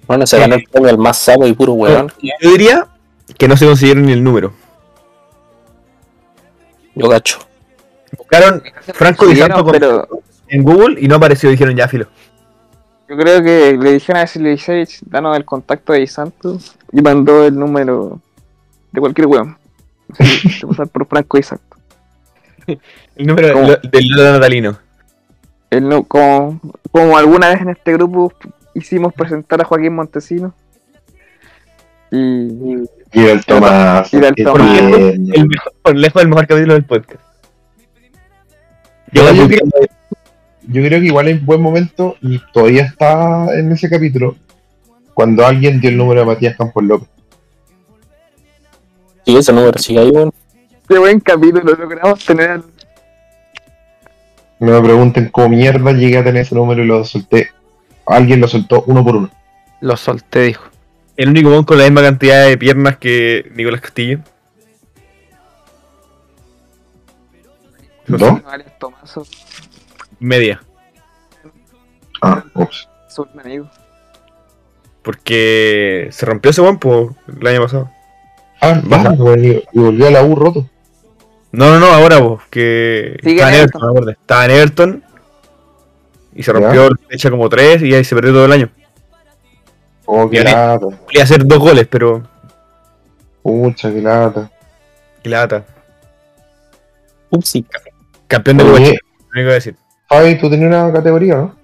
Bueno, se ganó el premio al más sapo y puro weón. yo diría que no se consiguieron ni el número. Yo cacho. Buscaron Franco Di subieron, Santo con- pero en Google y no apareció, dijeron ya filo. yo creo que le dijeron a Silicevich, danos el contacto de Di Santos y mandó el número de cualquier weón. Se puso por Franco Di Santos. El número ¿Cómo? lo- del Lola Natalino. Él no, como, como alguna vez en este grupo hicimos presentar a Joaquín Montesino. Y Y el Tomás. eh, Y del qué Tomás. bien. El mejor, por lejos el mejor capítulo del podcast. Yo, Yo- yo- Yo creo que igual es buen momento, y todavía está en ese capítulo, cuando alguien dio el número de Matías Campos López. Y ese número sigue ahí, weón. qué buen capítulo, logramos tener al No me pregunten cómo mierda llegué a tener ese número y lo solté. Alguien lo soltó uno por uno. Lo solté, dijo. el único mon con la misma cantidad de piernas que Nicolás Castillo. ¿No? Alex Tomaso, Media. Ah, ups. su amigo. Porque se rompió ese guampo el año pasado. Ah, Baja. baja. Y volvió a la U roto. No, no, no, ahora vos, que Sigue estaba en Everton, en Everton. me acuerdo. Estaba en Everton y se rompió la fecha como tres y ahí se perdió todo el año. Oh, qué Ya le- lata. Podía hacer dos goles, pero Pucha, qué lata. qué lata. Upsi. Campeón de Oye. Copa Chile, lo único que decir. Fabi, tú tenías una categoría, ¿no?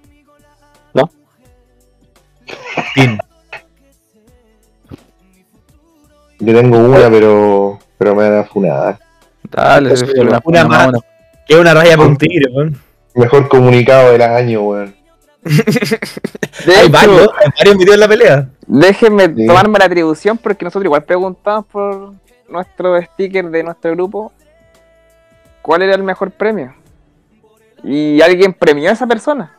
Tin. Yo tengo una, pero, pero me da funada. Dale, Eso se era fue una una una más mano. una. Que es una raya para un tigre, weón. Mejor comunicado del año, weón. De Hay hecho, varios, hay varios metidos en la pelea. Déjenme Sí. tomarme la atribución porque nosotros igual preguntamos por nuestro sticker de nuestro grupo. cuál era el mejor premio. Y alguien premió a esa persona.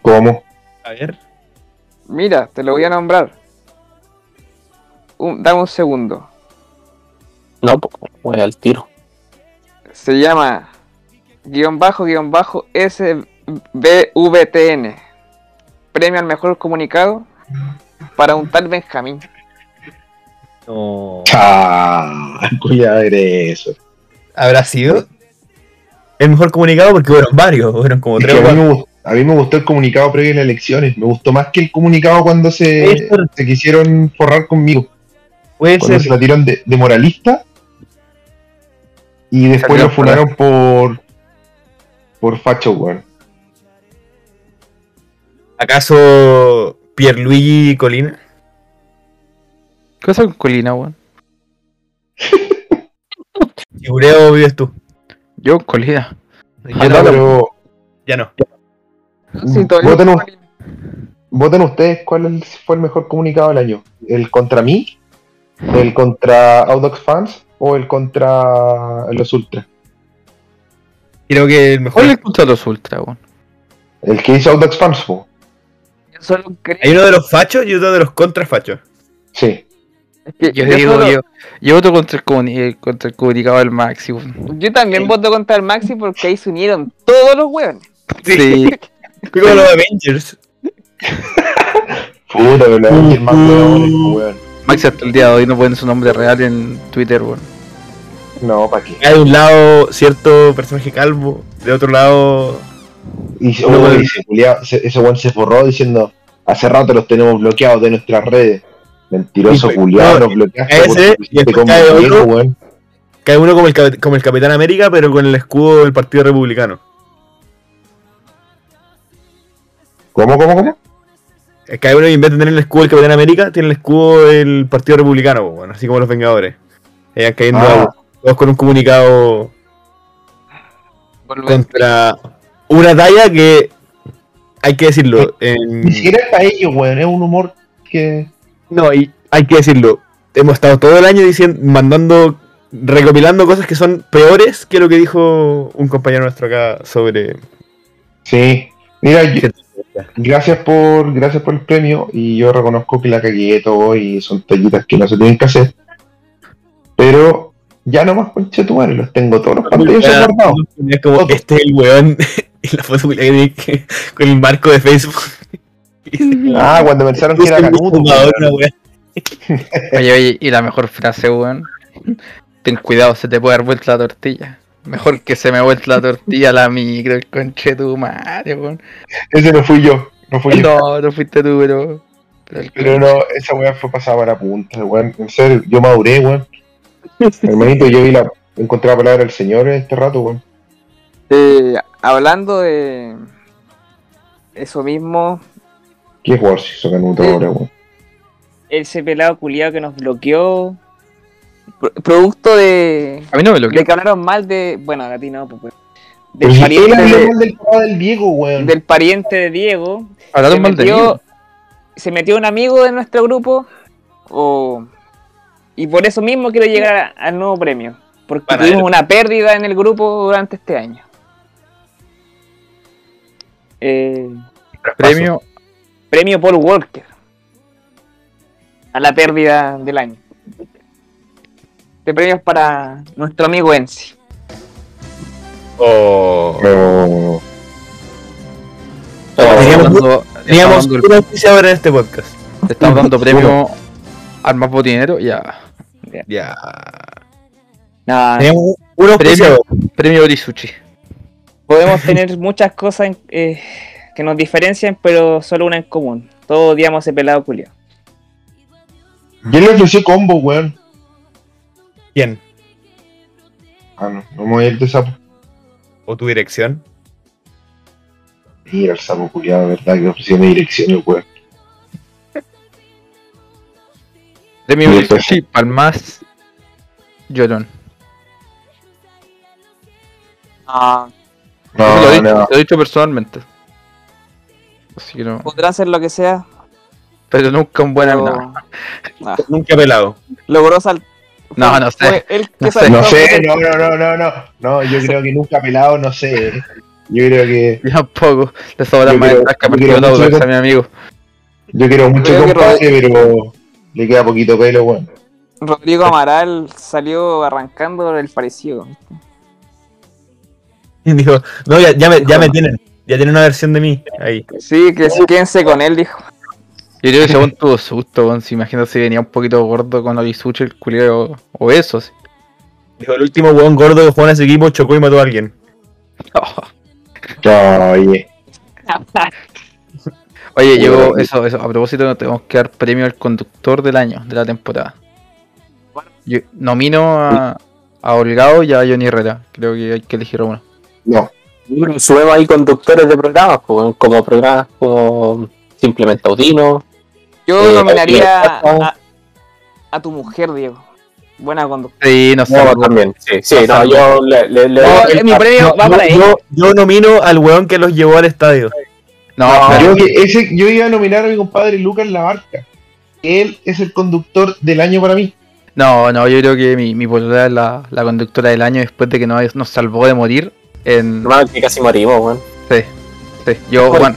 ¿Cómo? A ver. Mira, te lo voy a nombrar. Un- dame un segundo. No, po, voy al tiro. Se llama guión bajo guión bajo SBVTN. Premio al mejor comunicado para un tal Benjamín. No. Chao, cuidado de eso. ¿Habrá sido? El mejor comunicado porque fueron varios, fueron como Es tres que o a, mí cuatro. me, gust- a mí me gustó el comunicado previo a las elecciones. Me gustó más que el comunicado cuando se, Eso- se quisieron forrar conmigo. Puede Cuando se ser. la tiraron de, de moralista. Y después Salió lo funaron por. por facho, weón. ¿Acaso Pierluigi Colina? ¿Qué pasa con Colina, weón? Figureo vives tú. Yo, Colina. Ya Puta, Ah, no. pero- Ya no. Sí, todo el- voten, u- voten ustedes cuál el- fue el mejor comunicado del año. ¿El contra mí? ¿El contra Audax Fans? ¿O el contra los Ultras? Creo que el ¿Cuál mejor. es contra los ultra, weón? El que hizo Audax Fans, po. Yo solo creo Hay uno de los fachos y otro de los contrafachos. Sí. que- Yo yo digo, solo- yo, yo voto contra el, comuni- eh, contra el comunicado del Maxi, weón. yo también voto contra el Maxi porque ahí se unieron todos los hueones. Sí. Fue Como los Avengers. Puta, pero la Uh, el más weón, weón. Maxi hasta el día de hoy no pone su nombre real en Twitter, weón. No, ¿para qué? Hay de un lado cierto personaje calvo, de otro lado. Y, No, oh, weón. y se culiao- se- ese weón se forró diciendo, hace rato los tenemos bloqueados de nuestras redes. Mentiroso Sí, pues. culiado, no, los bloqueaste ese, porque y después te como cae viejo, otro. weón. Cada uno como el, cap- como el Capitán América, pero con el escudo del Partido Republicano. ¿Cómo, cómo, cómo? Cada uno, en vez de tener el escudo del Capitán América, tiene el escudo del Partido Republicano, po, bueno, así como los Vengadores. Vayan cayendo Ah. a- todos con un comunicado Volver- contra una talla que, hay que decirlo, en- Ni siquiera es para ellos, weón. Es un humor que. No, y hay que decirlo. Hemos estado todo el año diciendo, mandando, recopilando cosas que son peores que lo que dijo un compañero nuestro acá sobre. Sí. Mira, yo- Sí. gracias por gracias por el premio y yo reconozco que la cagué todo y son tallitas que no se tienen que hacer. Pero ya nomás conche tu madre, los tengo todos los pantallos Era- guardados. Es como, este es el weón y la foto que tiene que- con el marco de Facebook. Ah, cuando pensaron que Es era el Canuto. jugador, weón. una weá. Oye, oye, y la mejor frase, weón. Ten cuidado, se te puede dar vuelta la tortilla. Mejor que se me vuelta la tortilla a la micro, el conche tu madre, weón. Ese no fui yo, no fui yo. No, no fuiste tú, pero. pero el- Pero no, esa weá fue pasada para punta, weón. En serio, yo maduré, weón. Hermanito, yo vi la. Encontré la palabra del Señor en este rato, weón. Eh, hablando de eso mismo, ¿Qué jugador se hizo Canuto ahora, weón? ese pelado culiado que nos bloqueó, pro- producto de, A mí no me lo de creo. que hablaron mal de, bueno, a ti no, pues, pues, del, Pero si él pariente habló de- mal del papá del Diego, weón. del pariente de Diego, se Hablaron mal de mí. metió, se metió un amigo de nuestro grupo o- y por eso mismo quiero llegar a- al nuevo premio, porque Para tuvimos él. una pérdida en el grupo durante este año. Eh, Premio premio Paul Walker a la pérdida del año. Este premio es para nuestro amigo Enzi. Oh. Pero- Teníamos- Estamos dando- Teníamos estamos dando- una auspiciadora en este podcast. estamos dando premio al más botinero, ya. Ya. Nada, Teníamos un auspiciador. Premio Orisuchi. podemos tener muchas cosas en- eh, que nos diferencian, pero solo una en común. Todos odiamos ese pelado Julio. Yo le ofreció combo, weón. ¿Quién? Ah, no, no me voy a ir de sapo. ¿O tu dirección? Mira el sapo culiado, verdad, que ofreció mi dirección, el weón. Premio Sí, Orisuchi al más llorón. Ah, Eso lo, he No, dicho, no. lo he dicho personalmente. Así que no. Podrá hacer lo que sea, Pero nunca un buen pero amigo. ah, Nunca pelado. logró sal- No, no sé. Fue el que No sé. saltó No sé, primero. no, no, no, no, no. No, yo creo que nunca pelado, no sé. Yo creo que. Yo tampoco. Le sobran Yo más creo- entradas que yo partido creo no, mucho a que- mi amigo. Yo quiero mucho creo que compadre, pero le queda poquito pelo, bueno. Rodrigo Amaral salió arrancando el parecido. Y dijo, no, ya, ya, me, ya me tienen. Ya tienen una versión de mí. Ahí. Sí, que sí, quédense con él, dijo. Yo creo que ese weón tuvo susto, weón. Si imagino si venía un poquito gordo con Orisucho, el culero obeso. así. Dijo, el último huevón gordo que jugó en ese equipo chocó y mató a alguien. No, oye. Oye, llegó eso, eso. A propósito, nos tenemos que dar premio al conductor del año, de la temporada. Yo nomino a, a Holgado y a Johnny Herrera. Creo que hay que elegir a uno. No. Subimos ahí conductores de programas, pues, weón, como programas como Simplemente Audino. Yo Eh, nominaría Diego. a, a tu mujer, Diego. Buena conducta. Sí, no sé. No, weón. también. Sí, sí, no, Pasando. yo le, le, le No, doy eh, mi premio va para él. Yo, yo nomino al huevón que los llevó al estadio. No, Ah, Yo, pero- que ese, yo iba a nominar a mi compadre Lucas Labarca. Él es el conductor del año para mí. no, no, yo creo que mi, mi polola es la, la conductora del año después de que nos, nos salvó de morir en, hermano, que casi morimos, weón. Sí, sí. Yo, Mejor. bueno,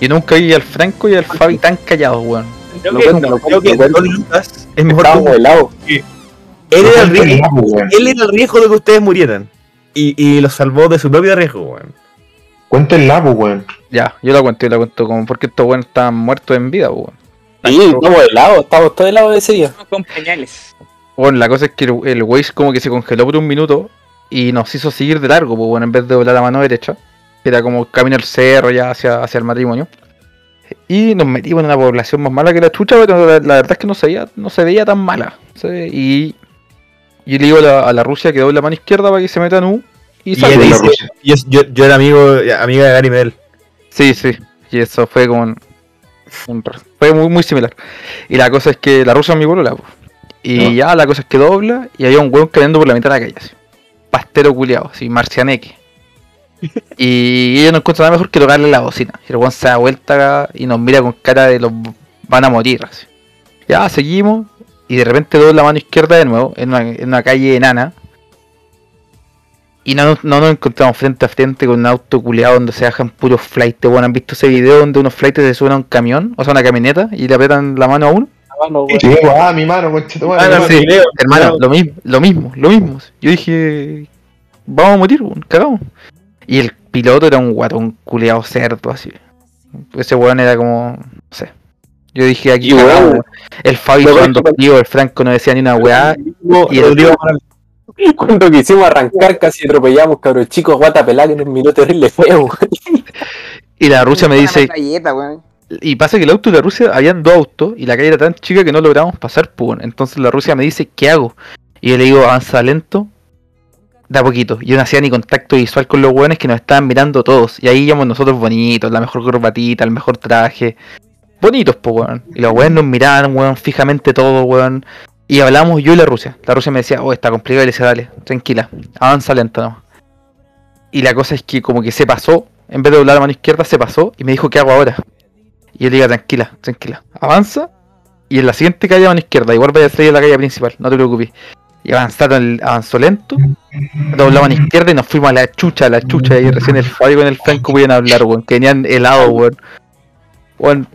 yo nunca vi al Franco y al Fabi tan callados, weón. Creo Lo que, cuento, lo creo que cuento. Don Lucas es mejor que Estábamos ustedes. helados. él era, el riesgo, Pelado, weón. él era el riesgo de que ustedes murieran. Y, y los salvó de su propio riesgo, weón. Cuenta el lapo, weón. Ya, yo la cuento, yo la cuento como porque estos weones estaban muertos en vida, weón. Sí, estamos helados, estábamos todos helados ese día. Con pañales. Bueno, la cosa es que el, el Waze como que se congeló por un minuto y nos hizo seguir de largo, pues bueno, en vez de doblar la mano derecha, que era como camino al cerro ya hacia, hacia el matrimonio. Y nos metimos en una población más mala que la chucha, pero la, la verdad es que no se veía, no se veía tan mala. se ve- Y yo le digo a la, a la Rusia que doble la mano izquierda para que se meta en U y Y salga. él Con la dice- Rusia. Yo, yo, yo era amigo, amiga de Gary Medel. Sí, sí. Y eso fue como un, un re- fue muy, muy similar. Y la cosa es que la rusa es mi polola, po. Y Ah. ya la cosa es que dobla y había un hueón cayendo por la mitad de la calle, así. Pastero culiado, así, marcianeque. y ellos no encuentran nada mejor que tocarle la bocina. Y el hueón se da vuelta y nos mira con cara de los van a morir, así. Ya, seguimos. Y de repente dobla la mano izquierda de nuevo, en una, en una calle enana. Y no, nos- no nos encontramos frente a frente con un auto culeado donde se bajan puros flights. Bueno, ¿han visto ese video donde unos flights se suben a un camión, o sea, una camioneta, y le apretan la mano a uno? Hermano, weón. Sí, weón. Ah, mi mano, conchetumare, mi mano. sí. Hermano, lo mismo, lo mismo, lo mismo. Yo dije, vamos a morir, weón, cagamos. Y el piloto era un guatón culeado cerdo, así. Ese weón era como, no sé. Yo dije, aquí Y weón, cagamos, weón. El Fabi lo cuando ves que- tío, el Franco no decía ni una weá. Y Y el- Rodrigo Cuando quisimos arrancar, casi atropellamos, cabros chicos, guata pelada que nos miró terrible feo. Y la Rusia me Una dice, metralleta, weón. Y pasa que el auto de la Rusia habían dos autos y la calle era tan chica que no logramos pasar, pues. bueno. Entonces la Rusia me dice, ¿qué hago? Y yo le digo, avanza lento, da poquito. Yo no hacía ni contacto visual con los hueones que nos estaban mirando todos. Y ahí íbamos nosotros bonitos, la mejor corbatita, el mejor traje. Bonitos, pues, weón. Y los hueones nos miraban, weón, fijamente todos, weón. Y hablamos yo y la Rusia. La Rusia me decía, oh, está complicado. Y le decía, dale, tranquila, avanza lento nomás. Y la cosa es que como que se pasó, en vez de doblar la mano izquierda, se pasó y me dijo, ¿qué hago ahora? Y yo le digo, tranquila, tranquila. Avanza y en la siguiente calle a mano izquierda. Igual vaya a salir a la calle principal, no te preocupes. Y avanzaron, avanzó lento, dobló mano izquierda y nos fuimos a la chucha, a la chucha. Y recién el Fabio con el Franco pudieron hablar, weón. Que venían helado, weón. Weón,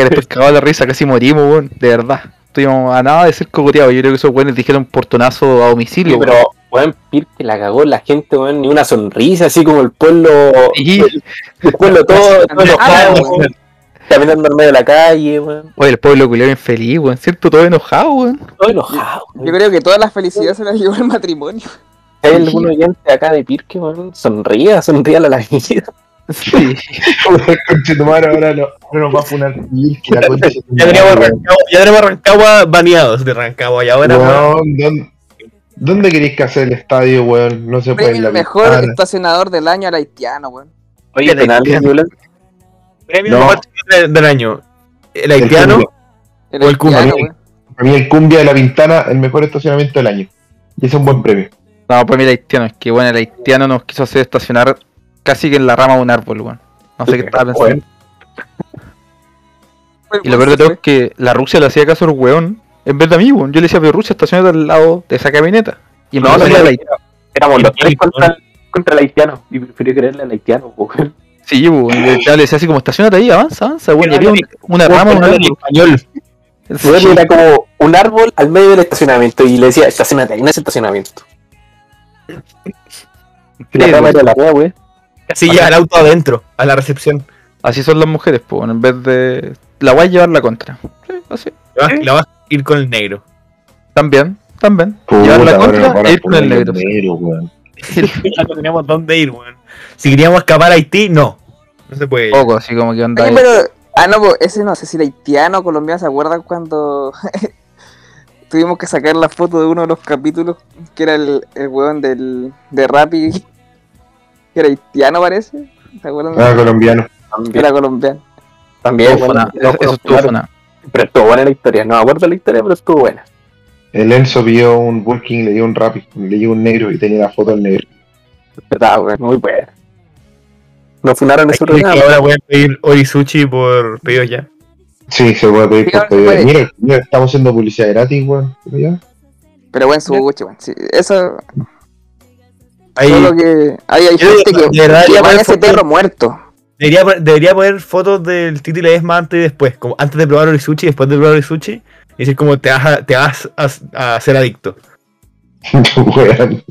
después cagaba la risa, casi morimos, weón. De verdad. Estuvimos a nada de ser cogoteados. Yo creo que esos weones dijeron portonazo a domicilio, Sí, pero, weón, Pir que la cagó la gente, weón, ni una sonrisa, así como el pueblo, Y- el pueblo todo, todo enojado, Ah, weón, caminando en medio de la calle, weón, Oye, el pueblo culero infeliz, weón. Siento todo enojado, weón. todo enojado. weón. Yo creo que toda la felicidad se la llevó el matrimonio. Si hay algún oyente acá de Pirque, weón, sonría, sonría a la vida. Sí. Conchetumare, ahora, lo- ahora nos va a funar. Que la concha de tu Ya tenemos madre, Rancagua, ya tenemos Rancagua baneados de Rancagua y ahora weón, Weón, ¿dónde, ¿dónde queréis que hacer el estadio, weón? No se puede Premio en la al mejor ventana. estacionador del año al haitiano, weón. Oye, El penal, haitiano. weón. premio No. mejor jugador de- del año. El El haitiano, cumbia. El O el Kun, haitiano, ¿no? weón. Para mí el cumbia de la Pintana, el mejor estacionamiento del año. Y es un buen premio. No, pues mira, el haitiano. Es que, bueno, el haitiano nos quiso hacer estacionar casi que en la rama de un árbol, weón. No sé qué estaba pensando. Fue Y lo peor de todo es que la Rusia le hacía caso al weón En vez de a mí, weón, yo le decía, pero Rusia, estacionate al lado de esa camioneta. Y No, empezó no, a era ir- la- éramos los Los tres tres, contra, contra el haitiano. Y preferí creerle al haitiano, po, weón. Sí, weón, y le- ya le decía así como, estacionate ahí, avanza, avanza, weón. Y había un- una Weón, rama, pero un no era árbol. español. Sí, Weón, Era como un árbol al medio del estacionamiento. Y le decía, estacionate ahí en ese estacionamiento. La rama era la wea, weón. Casi ya el auto adentro, a la recepción. Así son las mujeres, pues, en vez de. La voy a llevar la contra. Sí, así. La vas, la vas ¿Eh? a ir con el negro. También, también. Puta, llevar la ahora contra nos van a e ir con el poner negro. negro, weón. ya no teníamos dónde ir, weón. Si queríamos escapar a Haití, no. No se puede. ir. Oh, Poco, así como que onda. Oye, ahí. pero, ah, no, pues, ese no sé si el haitiano o colombiano se acuerdan cuando tuvimos que sacar la foto de uno de los capítulos, que era el, el weón del, de Rappi, que era haitiano parece, ¿se acuerdan? Ah, colombiano. También, Era colombiano. también, Estuvo weón. fona, No, Eso eso estuvo claro, fona. Pero estuvo buena la historia. No me acuerdo la historia, pero estuvo buena. El Enzo pidió un working y le dio un rap, le dio un negro y tenía la foto del negro. Verdad, weón. Muy buena. Nos funaron Hay ese que- programa. ahora voy a pedir orisushi por pedido ya. Sí, se puede pedir por Claro, se puede. Mira, mira, estamos haciendo publicidad gratis, weón. Pero ya. Pero bueno, su coche, bueno, sí, eso, Ahí solo que hay, hay Yo digo, gente que, de verdad, que ya van a parece ese que- perro muerto. debería, po- debería poner fotos del título de Esma antes y después. Como antes de probar orisushi, después de probar orisushi. Y decir como te vas a, te vas a, a ser adicto. Weón.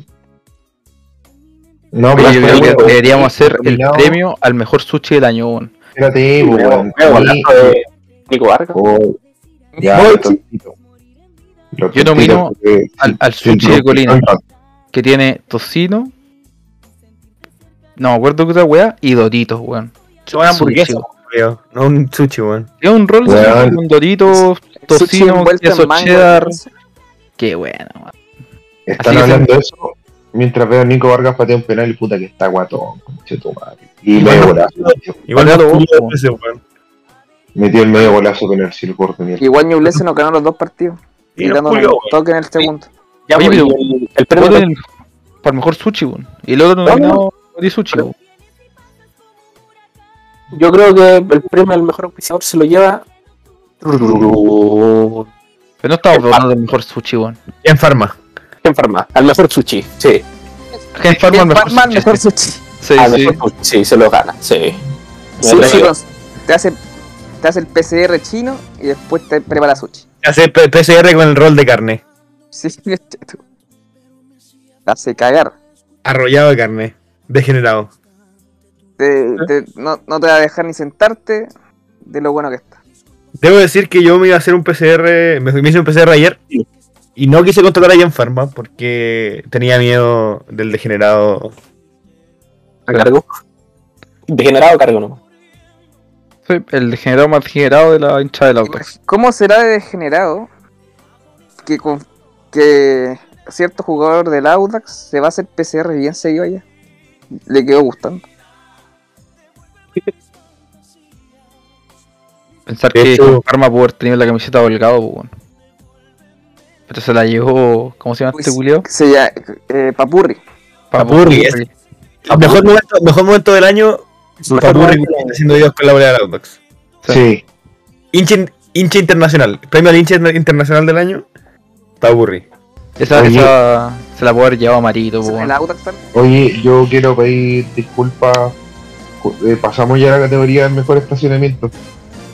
No, Oye, pero yo fue, creo que weón. deberíamos hacer el Nominado. premio al mejor sushi del año, weón. Espérate, weón. Weón, A mí- hablando de Nico Vargas. Oh, ya, Voy, lo sí. tontito. Lo Yo tontito, nomino porque- al- al sin- sushi de sin- Colina. que tiene tocino. No me acuerdo que otra weá. Y doritos, weón. Son hamburguesas, Sushi. creo. No un sushi, weón. Es un rol Weón. así como con doritos, Sushi tocino, envuelto en queso mango, cheddar. no sé. Qué bueno, weón. Están Así que hablando de eso mientras veo a Nico Vargas patea un penal y puta que está guatón, conche tu madre. Y medio golazo. Igual Patealo no vos, tuvo po. ese, weón. Metió el medio golazo con el circo de mierda. Igual New Blessing nos ganó los dos partidos, Y y no dándonos Julio, un toque en el segundo. Ya, Oye, pues, pero- y el, el premio Otro de en- Para el mejor sushi, weón. Y el otro Vamos. nominado de sushi, weón. Yo creo que el premio al mejor auspiciador se lo lleva. En Pero no estamos hablando del mejor sushi, weón. En Farma. Farma, al mejor sushi, sí. Gen Farma el mejor Ah, Batman, sushi. mejor sushi. Sí, al sí. mejor sushi, sí, se lo gana, sí. Sí, Me sí, atrevo. pues, te hace te hace el PCR chino y después te prepara sushi. Hace P- PCR con el rol de carne. Sí, tú. te hace cagar. Arrollado de carne. Degenerado. Te- Ah. te- no, no te va a dejar ni sentarte de lo bueno que está. Debo decir que yo me iba a hacer un PCR, me, me hice un PCR ayer y no quise contratar a Jan Pharma porque tenía miedo del degenerado. ¿A cargo? Degenerado cargo, no. Sí, El degenerado más degenerado de la hincha del auto. ¿Cómo será de degenerado que, con- que cierto jugador del Audax se va a hacer PCR bien seguido allá? Le quedó gustando. Pensar De que hecho- Gen Farma pudo haber tenido la camiseta holgado, weón. Pero se la llevó. ¿Cómo se llama este Pues, culio? Se llama eh, Papurri. Papurri, es- Mejor momento, mejor momento del año, Mejor Papurri momento del año. haciendo videos con la bola de Audax. Sí, Hincha, in- hincha internacional, premio al hincha inter- internacional del año, Papurri. Esa, Oye. esa se la puedo haber llevado a Marito, po, El weón. Audax también. oye, yo quiero pedir disculpas. cu- eh, pasamos ya a la categoría del mejor estacionamiento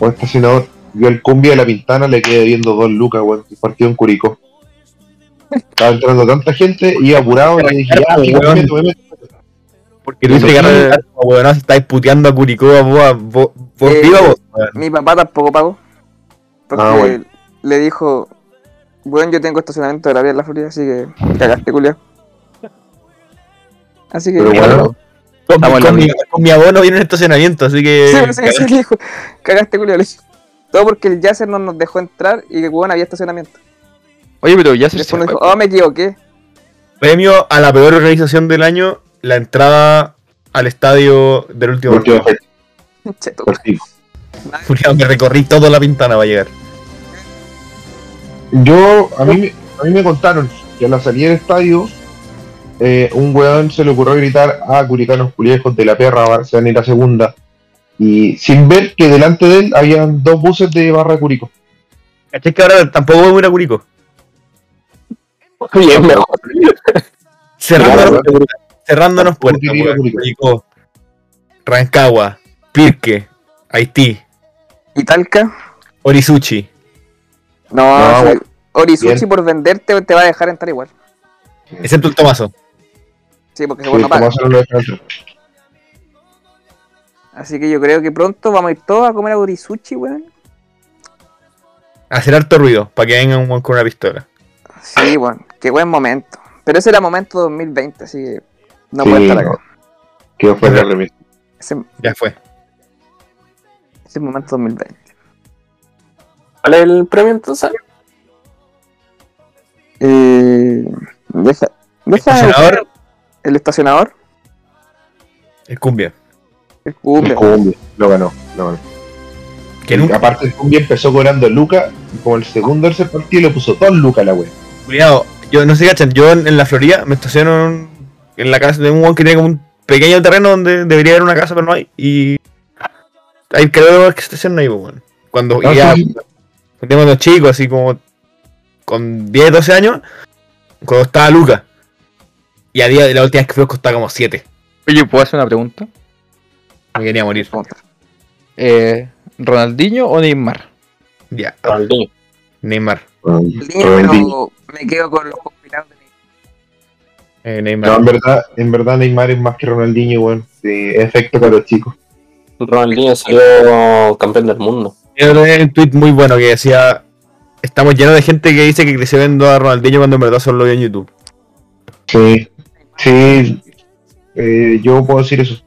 o estacionador. Yo al cumbia de la pintana le quedé viendo dos lucas, weón, que partido en Curicó. Estaba entrando tanta gente y apurado y dije, "Ah, ya, me meto, me meto, me meto. Porque lo tuviste que hizo bien. agarrar weón, no, estáis puteando a Curicó, a vos, a vos, vos Eh, viva vos. weón. Mi papá tampoco pagó. Porque Ah, bueno. le dijo, bueno, yo tengo estacionamiento de la vía en la Florida, así que cagaste, culiao. Así que... Pero bueno, Con, estamos con en la mi, misma. con mi abono viene un estacionamiento, así que. eh, sí, sí, sí, le dijo, cagaste, culiao. le dijo. Todo porque el Yasser no nos dejó entrar y que, bueno, había estacionamiento. Oye, pero ya se, se Después nos fue, dijo, oh, me equivoqué. Premio a la peor organización del año, la entrada al estadio del último última partido. fecha, Cheto. partido. Julián, me recorrí toda la pintana para llegar. Yo, a mí, me- a mí me contaron que a la salida del estadio, eh, un weón se le ocurrió gritar a Curicanos Culiejos de la perra, va- se van a ir a segunda. Y sin ver que delante de él habían dos buses de Barra Curicó. ¿Cachai que ahora tampoco vamos a ir a Curicó? Bien, mejor. Cerrándonos, Claro. cerrándonos Tampoco puertas, quiero ir a weón. Curicó. Curicó, Rancagua, Pirque, Haití, ¿Y Talca? Orisuchi. No, No, o sea, bueno. Orisuchi Bien. por venderte te va a dejar entrar igual. Mm. Excepto el Tomaso. Sí, porque Sí, bueno, paga. Tomaso no lo deja entrar. Así que yo creo que pronto vamos a ir todos a comer a Orisuchi, weón. Hacer harto ruido para que venga un weón con una pistola. Sí, weón. Qué buen momento. Pero ese era momento 2020, así que no Sí, puede estar acá. no. Quedó fuera de la remisión. Ese, Ya fue. ese momento 2020. ¿Cuál es el premio entonces? Eh, deja, deja Estacionador, el estacionador. el cumbia. El cumple. El Cumbia. Lo ganó, lo ganó. Que Y nunca, Aparte, el Cumbia empezó cobrando lucas y como el segundo tercer partido le puso dos lucas a la wea. cuidado. Yo no sé, cachan. Yo en, en la Florida me estaciono en, un- en la casa de un weón que tiene como un pequeño terreno donde debería haber una casa, pero no hay. Y hay creo que se estacionan ahí, pues, weón. Cuando No, ya, Ah, sí. cuando éramos los chicos, así como con 10, 12 años, cuando estaba Luca. Y a día de la última vez que fue costaba como 7. Oye, ¿puedo hacer una pregunta? Me quería morir. Eh, ¿Ronaldinho o Neymar? Ya, Ronaldinho. Neymar. Ronaldinho. Pero me quedo con los compilados de Eh, Neymar. No, en verdad, en verdad Neymar es más que Ronaldinho, weón. Sí, efecto para los chicos. Ronaldinho salió campeón del mundo. Yo tenía un tweet muy bueno que decía: Estamos llenos de gente que dice que creció viendo a Ronaldinho cuando en verdad solo lo vio en YouTube. Sí, sí. eh, yo puedo decir eso.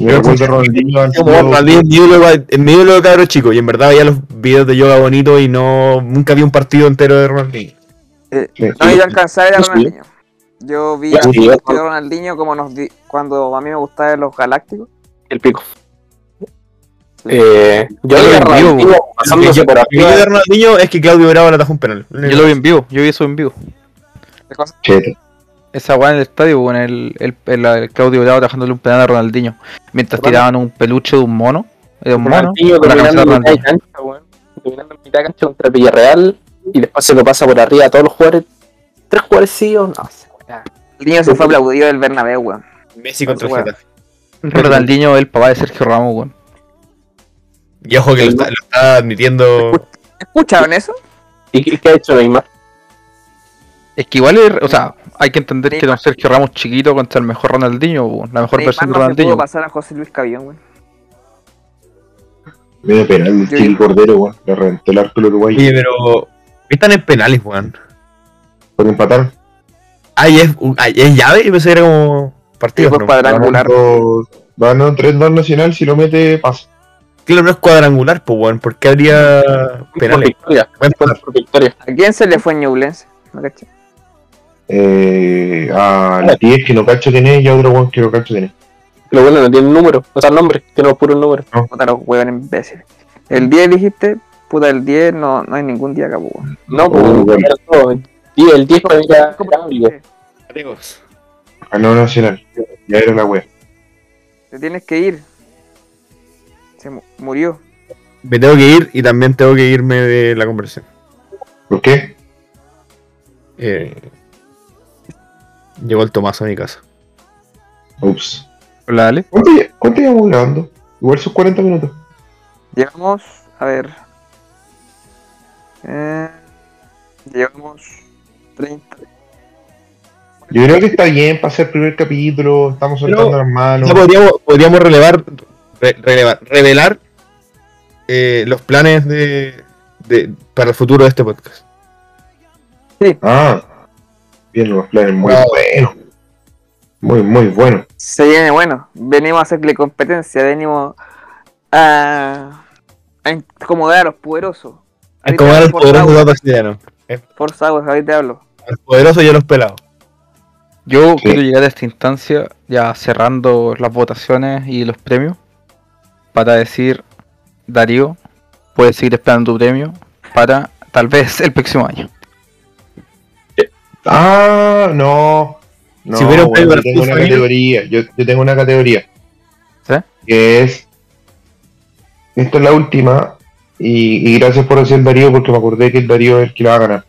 Me recuerdo a Ronaldinho antes Como Ronaldinho es mi ídolo, es mi ídolo de cabro chico y en verdad veía los videos de yoga bonito y no nunca vi un partido entero de Ronaldinho. Sí. No, yo alcanzaba a ir a Sí. Ronaldinho. Yo vi Ya, a sí, Ronaldinho yo- Ronaldinho como nos di- cuando a mí me gustaban los galácticos. El pico. Eh, yo vi a Yo lo vi en vivo, Ronaldinho pasándose Lo por que yo- lo que arriba. vi de Ronaldinho es que Claudio Bravo le atajó un penal. Yo lo vi en vivo, yo vi eso en vivo. de cosas. Cheto. Esa weá en el estadio, con el, el, el- el Claudio Bravo trabajándole un penal a Ronaldinho. Mientras Bueno. tiraban un peluche de un mono. Era un mono. Ronaldinho con la dominando camiseta de en mitad de Ronaldinho. cancha, weón. Dominando en mitad de cancha contra el Villarreal. Y después se lo pasa por arriba a todos los jugadores. Tres jugadores sí o no. sé, weón. Ronaldinho se fue aplaudido del Bernabéu, weón. Messi contra el Bueno. Getafe. Ronaldinho es el papá de Sergio Ramos, weón. Y ojo que lo está, lo está admitiendo. ¿Escucharon eso? ¿Y qué- qué ha hecho Neymar? Es que igual, es- o sea, hay que entender que don Sergio Ramos chiquito contra el mejor Ronaldinho, weón, la mejor Neymar versión de no se Ronaldinho. pudo pasar a José Luis Caballón, weón. Medio penal del Yo- Chiqui Cordero, weón. Le reventó el arco al uruguayo Oye, pero. Están en penales, weón. por empatar. Ay, es, ay, es llave y pensé que era como partido. Tipo ¿no? cuadrangular. Ganó 3-2 Nacional, si lo mete, pasa. Claro, no es cuadrangular, pues, weón, porque habría penales. pues, Por victoria. Buen penal. Por victoria. ¿A quién se le fue Ñublense? ¿No caché? Eh, a la 10 que no cacho quién es y a otro weón que no cacho quién es. Lo bueno, no tiene número. O sea, nombre. Tiene puro número. Puta los huevos imbéciles. El 10 dijiste, puta el 10 no, no hay ningún día acá, weón. No, pues. Oh, bueno. no, Y el 10 para mí era cambio. Ganó Nacional. Ya era la wea. Te tienes que ir. Se mu- murió. Me tengo que ir y también tengo que irme de la conversación. ¿Por qué? Eh, llegó el Tomaso a mi casa. Ups. Hola, dale. ¿Cuánto, lle- cuánto llevamos grabando? Igual sus 40 minutos. Llevamos, a ver. Eh, llevamos 30. Yo creo que está bien para hacer primer capítulo. Estamos Pero- soltando las manos. Ya podríamos, podríamos relevar, re- relevar- revelar eh, los planes de, de- para el futuro de este podcast. Ah, bien, los planes muy Wow. buenos. Muy, muy bueno. Se viene bueno. Venimos a hacerle competencia, venimos a, a incomodar a los poderosos. Ahí Como era el tenemos poderoso Forza, de brasileño. Forza, pues, ahí te hablo. Al poderoso y a los pelados. Yo Sí. quiero llegar a esta instancia, ya cerrando las votaciones y los premios, para decir, Darío, puedes seguir esperando tu premio para tal vez el próximo año. Ah, no. No, Si hubiera un bueno, Pedro yo tengo una Arturo, categoría. Yo, yo tengo una categoría. ¿Sí? Que es. Esta es la última. Y, y gracias por decir el Darío, porque me acordé que el Darío es el que la va a ganar.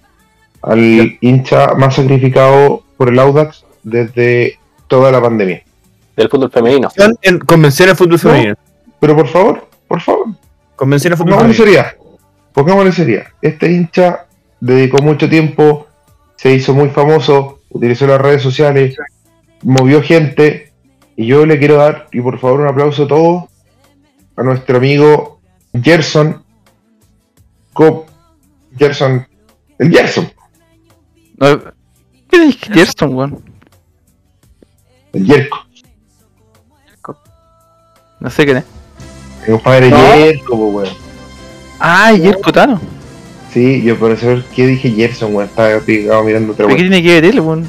Al hincha más sacrificado por el Audax desde toda la pandemia. Del fútbol femenino. En convención al fútbol femenino. Pero por favor, por favor, Convención al fútbol Pongámosle femenino. seriedad. Pongámosle seriedad. Este hincha dedicó mucho tiempo, se hizo muy famoso, utilizó las redes sociales, movió gente. Y yo le quiero dar, y por favor, un aplauso a todos, a nuestro amigo Gerson. Cop. Gerson. El Gerson. No, ¿Qué dije Gerson, weón? El Jerko. No sé quién es. Mi compadre No. Jerko, po, weón. Ah, Jerko Tano. Sí, yo por eso, ¿qué dije Gerson, weón? Estaba, estaba mirando otra ¿Pero qué weón. tiene que ver él, weón?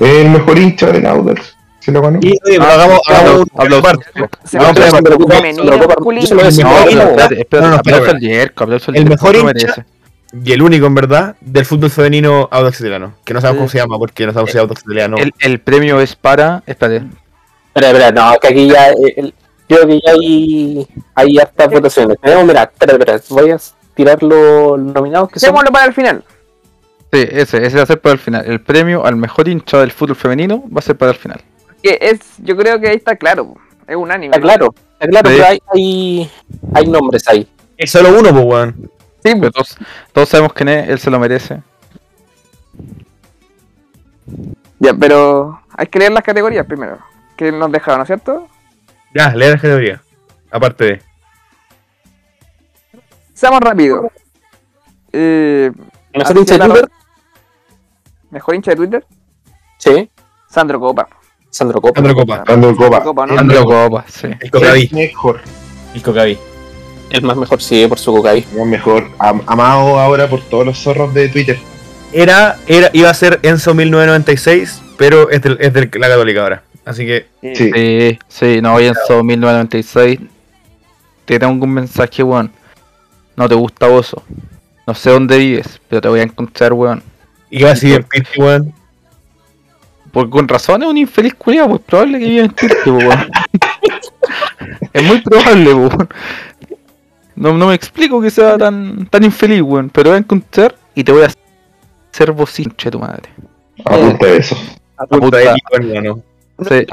El mejor hincha del Audax. Se lo ganó. Y oye, pero hagamos, hagamos un Aplausos. parte. Se No, pero lo trae se preocupa- femenino, se preocupa- masculino. yo se lo voy a decir, No, no, espérate, no, espérate, No, no, aplauso espera. al Jerko, aplauso al El Jerko, mejor no hincha- merece. Y el único, en verdad, del fútbol femenino Audax Italiano. Que no sabemos cómo se llama, porque no sabemos si es Audax Italiano. El, el premio es para. Espérate. Espera, espera, no, que aquí ya. eh, el- creo que ya hay, hay hartas votaciones. Tenemos, mira, espera, espera, voy a tirar los nominados que son. Dejémoslo para el final. Sí, ese, ese va a ser para el final. El premio al mejor hincha del fútbol femenino va a ser para el final. Que es, yo creo que ahí está claro. Es unánime. Está claro, está claro, Sí. pero hay, hay, hay nombres ahí. Es solo uno, pues, weón. Sí, Pero pues. todos, todos sabemos quién es, él se lo merece. Ya, pero hay que leer las categorías primero. Que nos dejaron, ¿no es cierto? Ya, lee la categoría. Aparte de. Seamos rápido. Eh, ¿No son hinchas de Arcelor- Twitter? Mejor hincha de Twitter, Sí, Sandro Copa. Sandro Copa. Andro Copa. Dando copa. Copa, ¿no? Andro Copa, sí. El El Cocaví. mejor. El Cocaví. El más mejor sí, por su cocaí. Lo mejor, am- amado ahora por todos los zorros de Twitter. Era, era, iba a ser Enzo 1996, pero es, del, es de la Católica ahora. Así que. Sí. Sí, sí, no, hoy en 1996 te tengo un mensaje, weón. No te gusta Bozo. No sé dónde vives, pero te voy a encontrar, weón. Y que va a seguir Pitti, weón. Porque con razón es un infeliz culiao, pues probable que viva en Turquía, po, weón. es muy probable, po, weón. No, no me explico que sea tan, tan infeliz, weón. Pero voy a encontrar y te voy a hacer bocinche tu madre. Eh, A punta de eso. Apunta, Apunta. ahí, weón, hermano. Sí,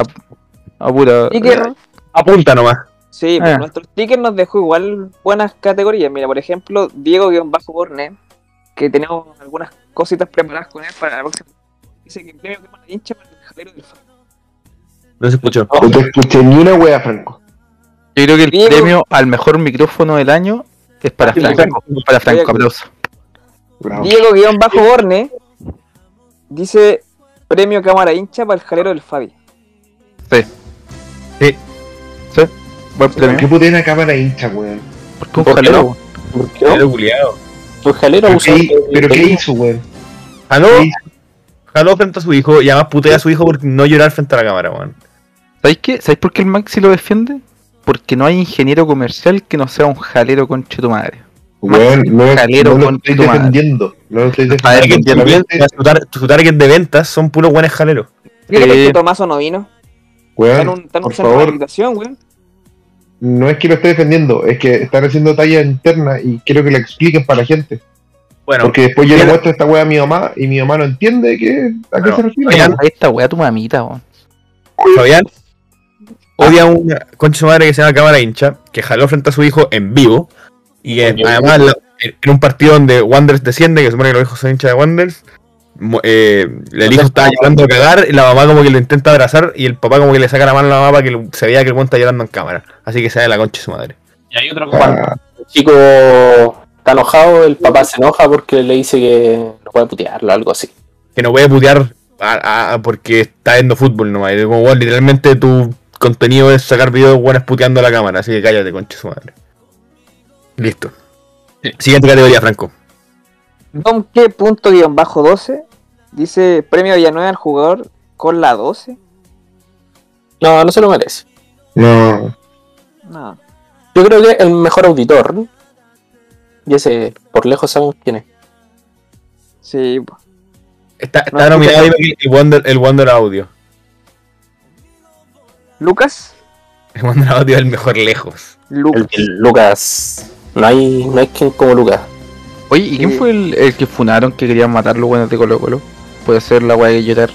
a, a pura- Sticker. Apunta nomás. Sí, Ah. pues nuestro sticker nos dejó igual buenas categorías. Mira, por ejemplo, Diego-Borne, que tenemos algunas cositas preparadas con él para la próxima. Dice que el premio que más le hincha para el jadero del fan. No se escuchó. Oh, No te escuché ni una wea, Franco. Yo creo que el Diego. premio al mejor micrófono del año es para Sí, Franco. Para Franco, Diego. aplauso. Bravo. Diego-Borne dice premio cámara hincha para el jalero del Fabi. Buen ¿Por qué premio. putean a cámara hincha, weón? Porque un ¿Por qué jaleo, no? weón. ¿Por qué no? Pero culiado. Pues Jalero ¿Pero abusó qué, de- pero de- qué hizo, weón? Jaló, ¿Qué hizo? jaló frente a su hijo y además putea a su hijo por no llorar frente a la cámara, weón. ¿Sabéis qué? ¿Sabéis por qué el Maxi lo defiende? Porque no hay ingeniero comercial que no sea un jalero conche tu madre. Weón, no, es- Jalero no lo con estoy tu madre. defendiendo. No lo estoy ver, Target defendiendo. de Solamente, ventas, su, tar- su target de ventas son puros buenos jaleros. Fíjate Eh. que Tomaso no vino. Está weón, en un, está en un por centro de favor, rehabilitación, weón. no es que lo esté defendiendo, es que están haciendo talla interna y quiero que la expliquen para la gente. Bueno, Porque después yo le mira. muestro esta wea a mi mamá y mi mamá no entiende que, a qué Bueno, se refiere. oigan, weón. Ahí está, weá, tu mamita, weón. Fabián odia a una concha de su madre que se llama Cámara Hincha, que jaló frente a su hijo en vivo. Y que Oye, además, la- en en un partido donde Wanderers desciende, que se supone que los hijos son hincha de Wanderers, mo- eh, el hijo estaba llorando a cagar, y la mamá como que lo intenta abrazar y el papá como que le saca la mano a la mamá para que lo- se vea que el buen está llorando en cámara. Así que se da la concha de su madre. Y hay otro compadre. Ah, El chico está enojado, el papá se enoja porque le dice que no puede putearlo, algo así. que no puede putear a- a- porque está viendo fútbol nomás. Y digo, "Weón, literalmente tu contenido es sacar videos buenas puteando a la cámara, así que cállate, concha de su madre. Listo. Siguiente categoría, Franco. Domke.-12 dice premio Villanueva al jugador con la 12. No, no se lo merece. no, No. Yo creo que el mejor auditor, ¿no? y ese por lejos sabemos quién es. Sí, Está, está No, nominado ahí el Wonder, el Wonder Audio. Lucas, El Wonder Audio es el mejor lejos. El, Lucas, el Lucas No hay, no hay quien como Lucas. Oye, ¿y quién Sí. fue el, el que funaron que querían matar los buenos de Colo Colo? Puede ser la weá de llorar.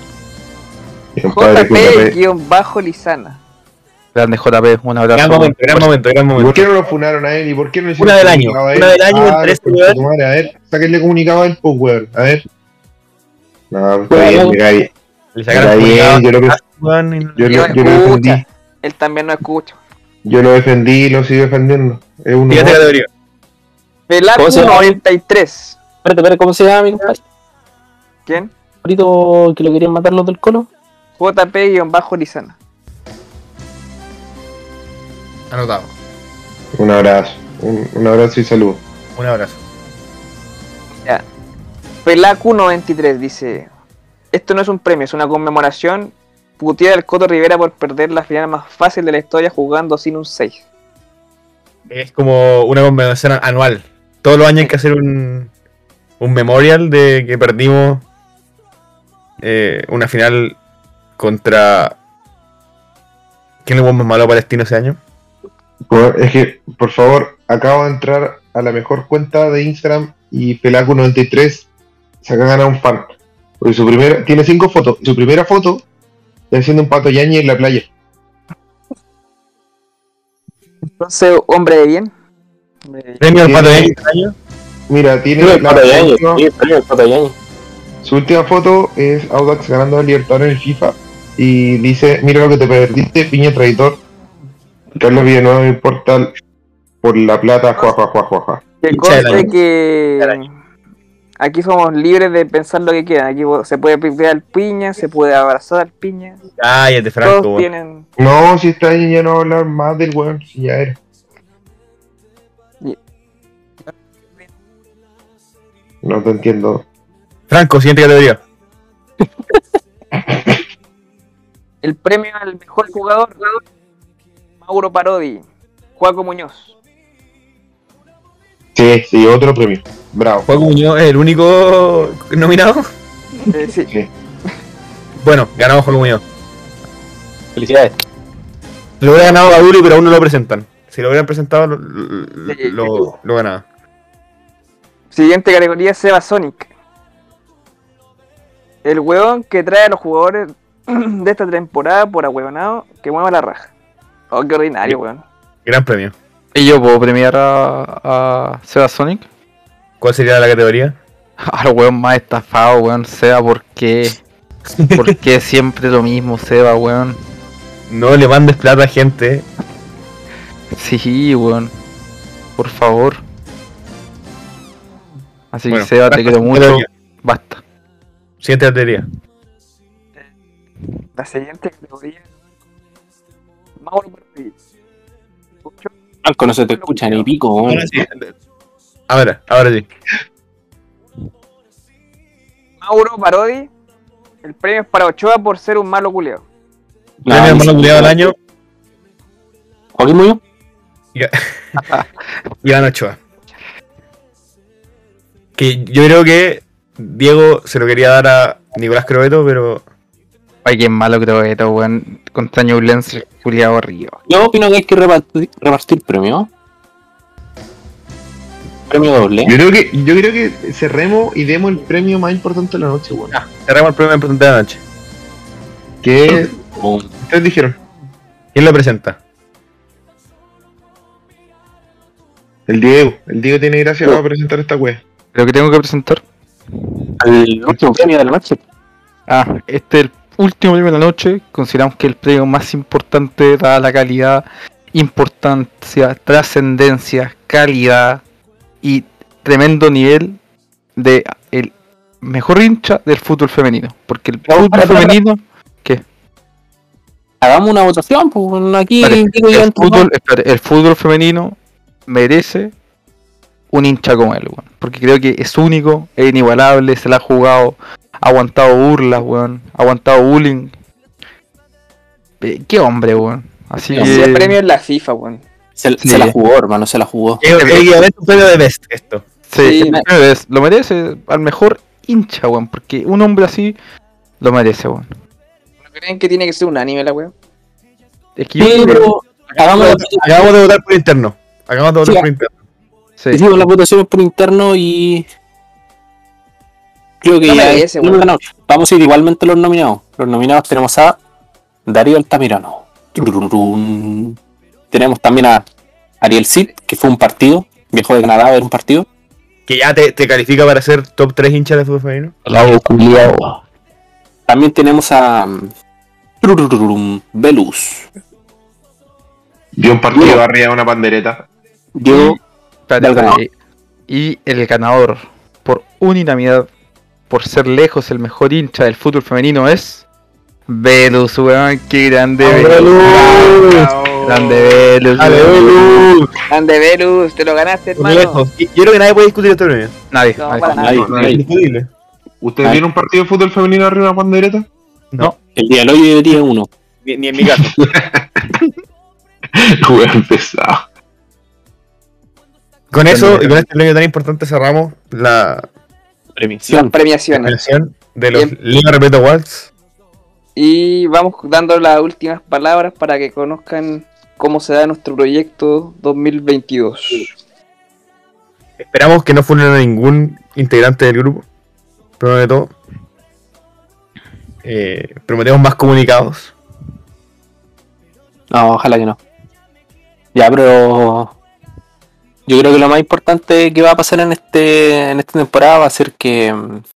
Mi compadre JP. JP-Lizana. Grande JP, un abrazo. Gran momento, gran momento, gran ¿Y momento. ¿Por qué no lo funaron a él? ¿Y por qué no hicieron Una del año, comunicado a él? una del año Ah, entre los este concha de weón. tu madre, A ver, sáquenle comunicado a él, pues, weón. A ver. No, pues, está Weón. bien, me caí. Le Pues, sacaron Está el bien, comunicado, yo lo que- weón, y- Yo, Yo lo, yo lo escucha. defendí. Él también no escucha. Yo lo defendí y lo sigo defendiendo. Es un Fíjate, honor. Gabriel. Velaco ¿Cómo se llama? 93. Espérate, espérate, ¿cómo se llama mi compadre? ¿Quién? favorito que lo querían matar los del Colo? JP-Lizana. Anotado. Un abrazo. Un, un abrazo y salud. Un abrazo. Pelacu 93 dice: Esto no es un premio, es una conmemoración. Putea del Coto Rivera por perder la final más fácil de la historia jugando sin un 6. Es como una convención anual. Todos los años hay que hacer un, un memorial de que perdimos eh, una final contra. ¿Quién le fue más malo a Palestino ese año? Por- Es que, por favor, acabo de entrar a la mejor cuenta de Instagram y Pelaco93 sacan a un fan. Porque su primera, tiene cinco fotos. Su primera foto está haciendo un pato yañe en la playa. Entonces, hombre de bien. Hombre de bien. Premio al Sí. Pato Yañez ese año. Mira, tiene Sí, el la- Pato Yañez, última- sí, el premio del Pato Yañez. su última foto es Audax ganando al Libertadores en el FIFA y dice, mira lo que te perdiste, piña traidor. Carlos Villanueva del Portal por la plata, jua, jua, jua, jua, jua. Que Hincha del conste año. que aquí somos libres de pensar lo que quieran. Aquí se puede pipear al piña, se puede abrazar al piña. Cállate, Ah, Franco. Todos weón. tienen. No, si está ahí ya no va a hablar más del weón, si ya era. No te entiendo. Franco, siguiente categoría. El premio al mejor jugador, Mauro Parodi, Juaco Muñoz. Sí, sí, otro premio. Bravo. Juan Muñoz es el único nominado. Eh, sí. Bueno, ganamos Juan Muñoz. Felicidades. Lo hubiera ganado Baduli, pero aún no lo presentan. Si lo hubieran presentado, lo, lo, Sí. lo- lo ganaba. Siguiente categoría, Seba Sonic. El huevón que trae a los jugadores de esta temporada por ahuevonado que mueva la raja. Oh, qué ordinario, weón. Gran premio. ¿Y yo puedo premiar a, a Seba Sonic? ¿Cuál sería la categoría? Al weón más estafado, weón, Seba, ¿por qué? ¿Por qué siempre lo mismo, Seba, weón? No le mandes plata a gente Sí, weón. Por favor. Así Bueno, que Seba, te basta, quiero mucho. categoría. Basta. Siguiente batería. La siguiente categoría, Mauro Parodi. Ocho. Franco, no se te escucha ni pico, weón. Ahora, ahora sí. Mauro Parodi, el premio es para Ochoa por ser un malo culeo. No, Premio ni hermano siquiera. culiado del año, Joaquín Muñoz. Iván Ochoa. Que yo creo que Diego se lo quería dar a Nicolás Crobeto, pero Ay, qué malo creo que todo, weón. Contra Newlands, culiado arriba. Yo opino que hay que repartir, repartir premio. Premio doble. Yo creo que, yo creo que cerremos y demos el premio más importante de la noche, weón. cerramos el primer importante de la noche. ¿Qué? Oh, Ustedes dijeron. ¿Quién lo presenta? El Diego. El Diego tiene gracia para presentar esta wea. ¿Lo que tengo que presentar? Al último premio de la noche. Ah, este es el último premio de la noche. Consideramos que el premio más importante, dada la calidad, importancia, trascendencia, calidad y tremendo nivel de el mejor hincha del fútbol femenino. Porque el Vamos fútbol para atrás. femenino, Hagamos una votación, pues bueno, aquí Vale, digo yo el en tu fútbol, nombre. espérate, el fútbol femenino merece un hincha como él, weón. Porque creo que es único, es inigualable, se la ha jugado, ha aguantado burlas, weón, ha aguantado bullying. Eh, Qué hombre, weón. Así Sí, que- el premio es la FIFA, weón. Se, se Sí. la jugó, hermano, se la jugó. Eh, eh, ya ves, un premio de best esto. Sí, Sí. el premio es- lo merece al mejor hincha, weón. Porque un hombre así lo merece, weón. ¿No creen que tiene que ser unánime la weón? Es que yo creo- Pero hagamos la Acabamos de votar por interno. Acabamos de votar Sí, por interno. Sí. Hicimos las votaciones por interno y. Creo que No me ya merece, hemos weón. ganado. Vamos a ir igualmente a los nominados. Los nominados tenemos a Darío Altamirano. Turururún. Tenemos también a Ariel Cid, que fue un partido. Viajó de Canadá a ver un partido. Que ya te, te califica para ser top 3 hinchas de fútbol femenino. También tenemos a. mm, Turururum, Velus. Vio un partido arriba de una pandereta. Yo. Espérate, Del ganador. espérate. Y el ganador, por unanimidad, por ser lejos el mejor hincha del fútbol femenino es. Velus, weón, qué grande Velus. Grande Velus. ¡Dale, weón. Velu! Grande Velus, te lo ganaste, Muy hermano. lejos. Y- Yo creo que nadie puede discutir este premio. Nadie. No, nadie. para nada. Ahí, no, ahí. Indiscutible. ¿Ustedes Ay. vieron un partido de fútbol femenino arriba de una pandereta? El día de hoy debería uno. Ni, ni en mi caso. Weón pesado. Con eso y con este premio tan importante cerramos la Premisión. Las premiaciones. premiación de los Bien. Liga Repeta Awards. Y vamos dando las últimas palabras para que conozcan cómo se da nuestro proyecto 2022. Esperamos que no funen a ningún integrante del grupo. Primero de todo. Eh, prometemos más comunicados. No, ojalá que no. Ya, pero yo creo que lo más importante que va a pasar en este en esta temporada va a ser que mm,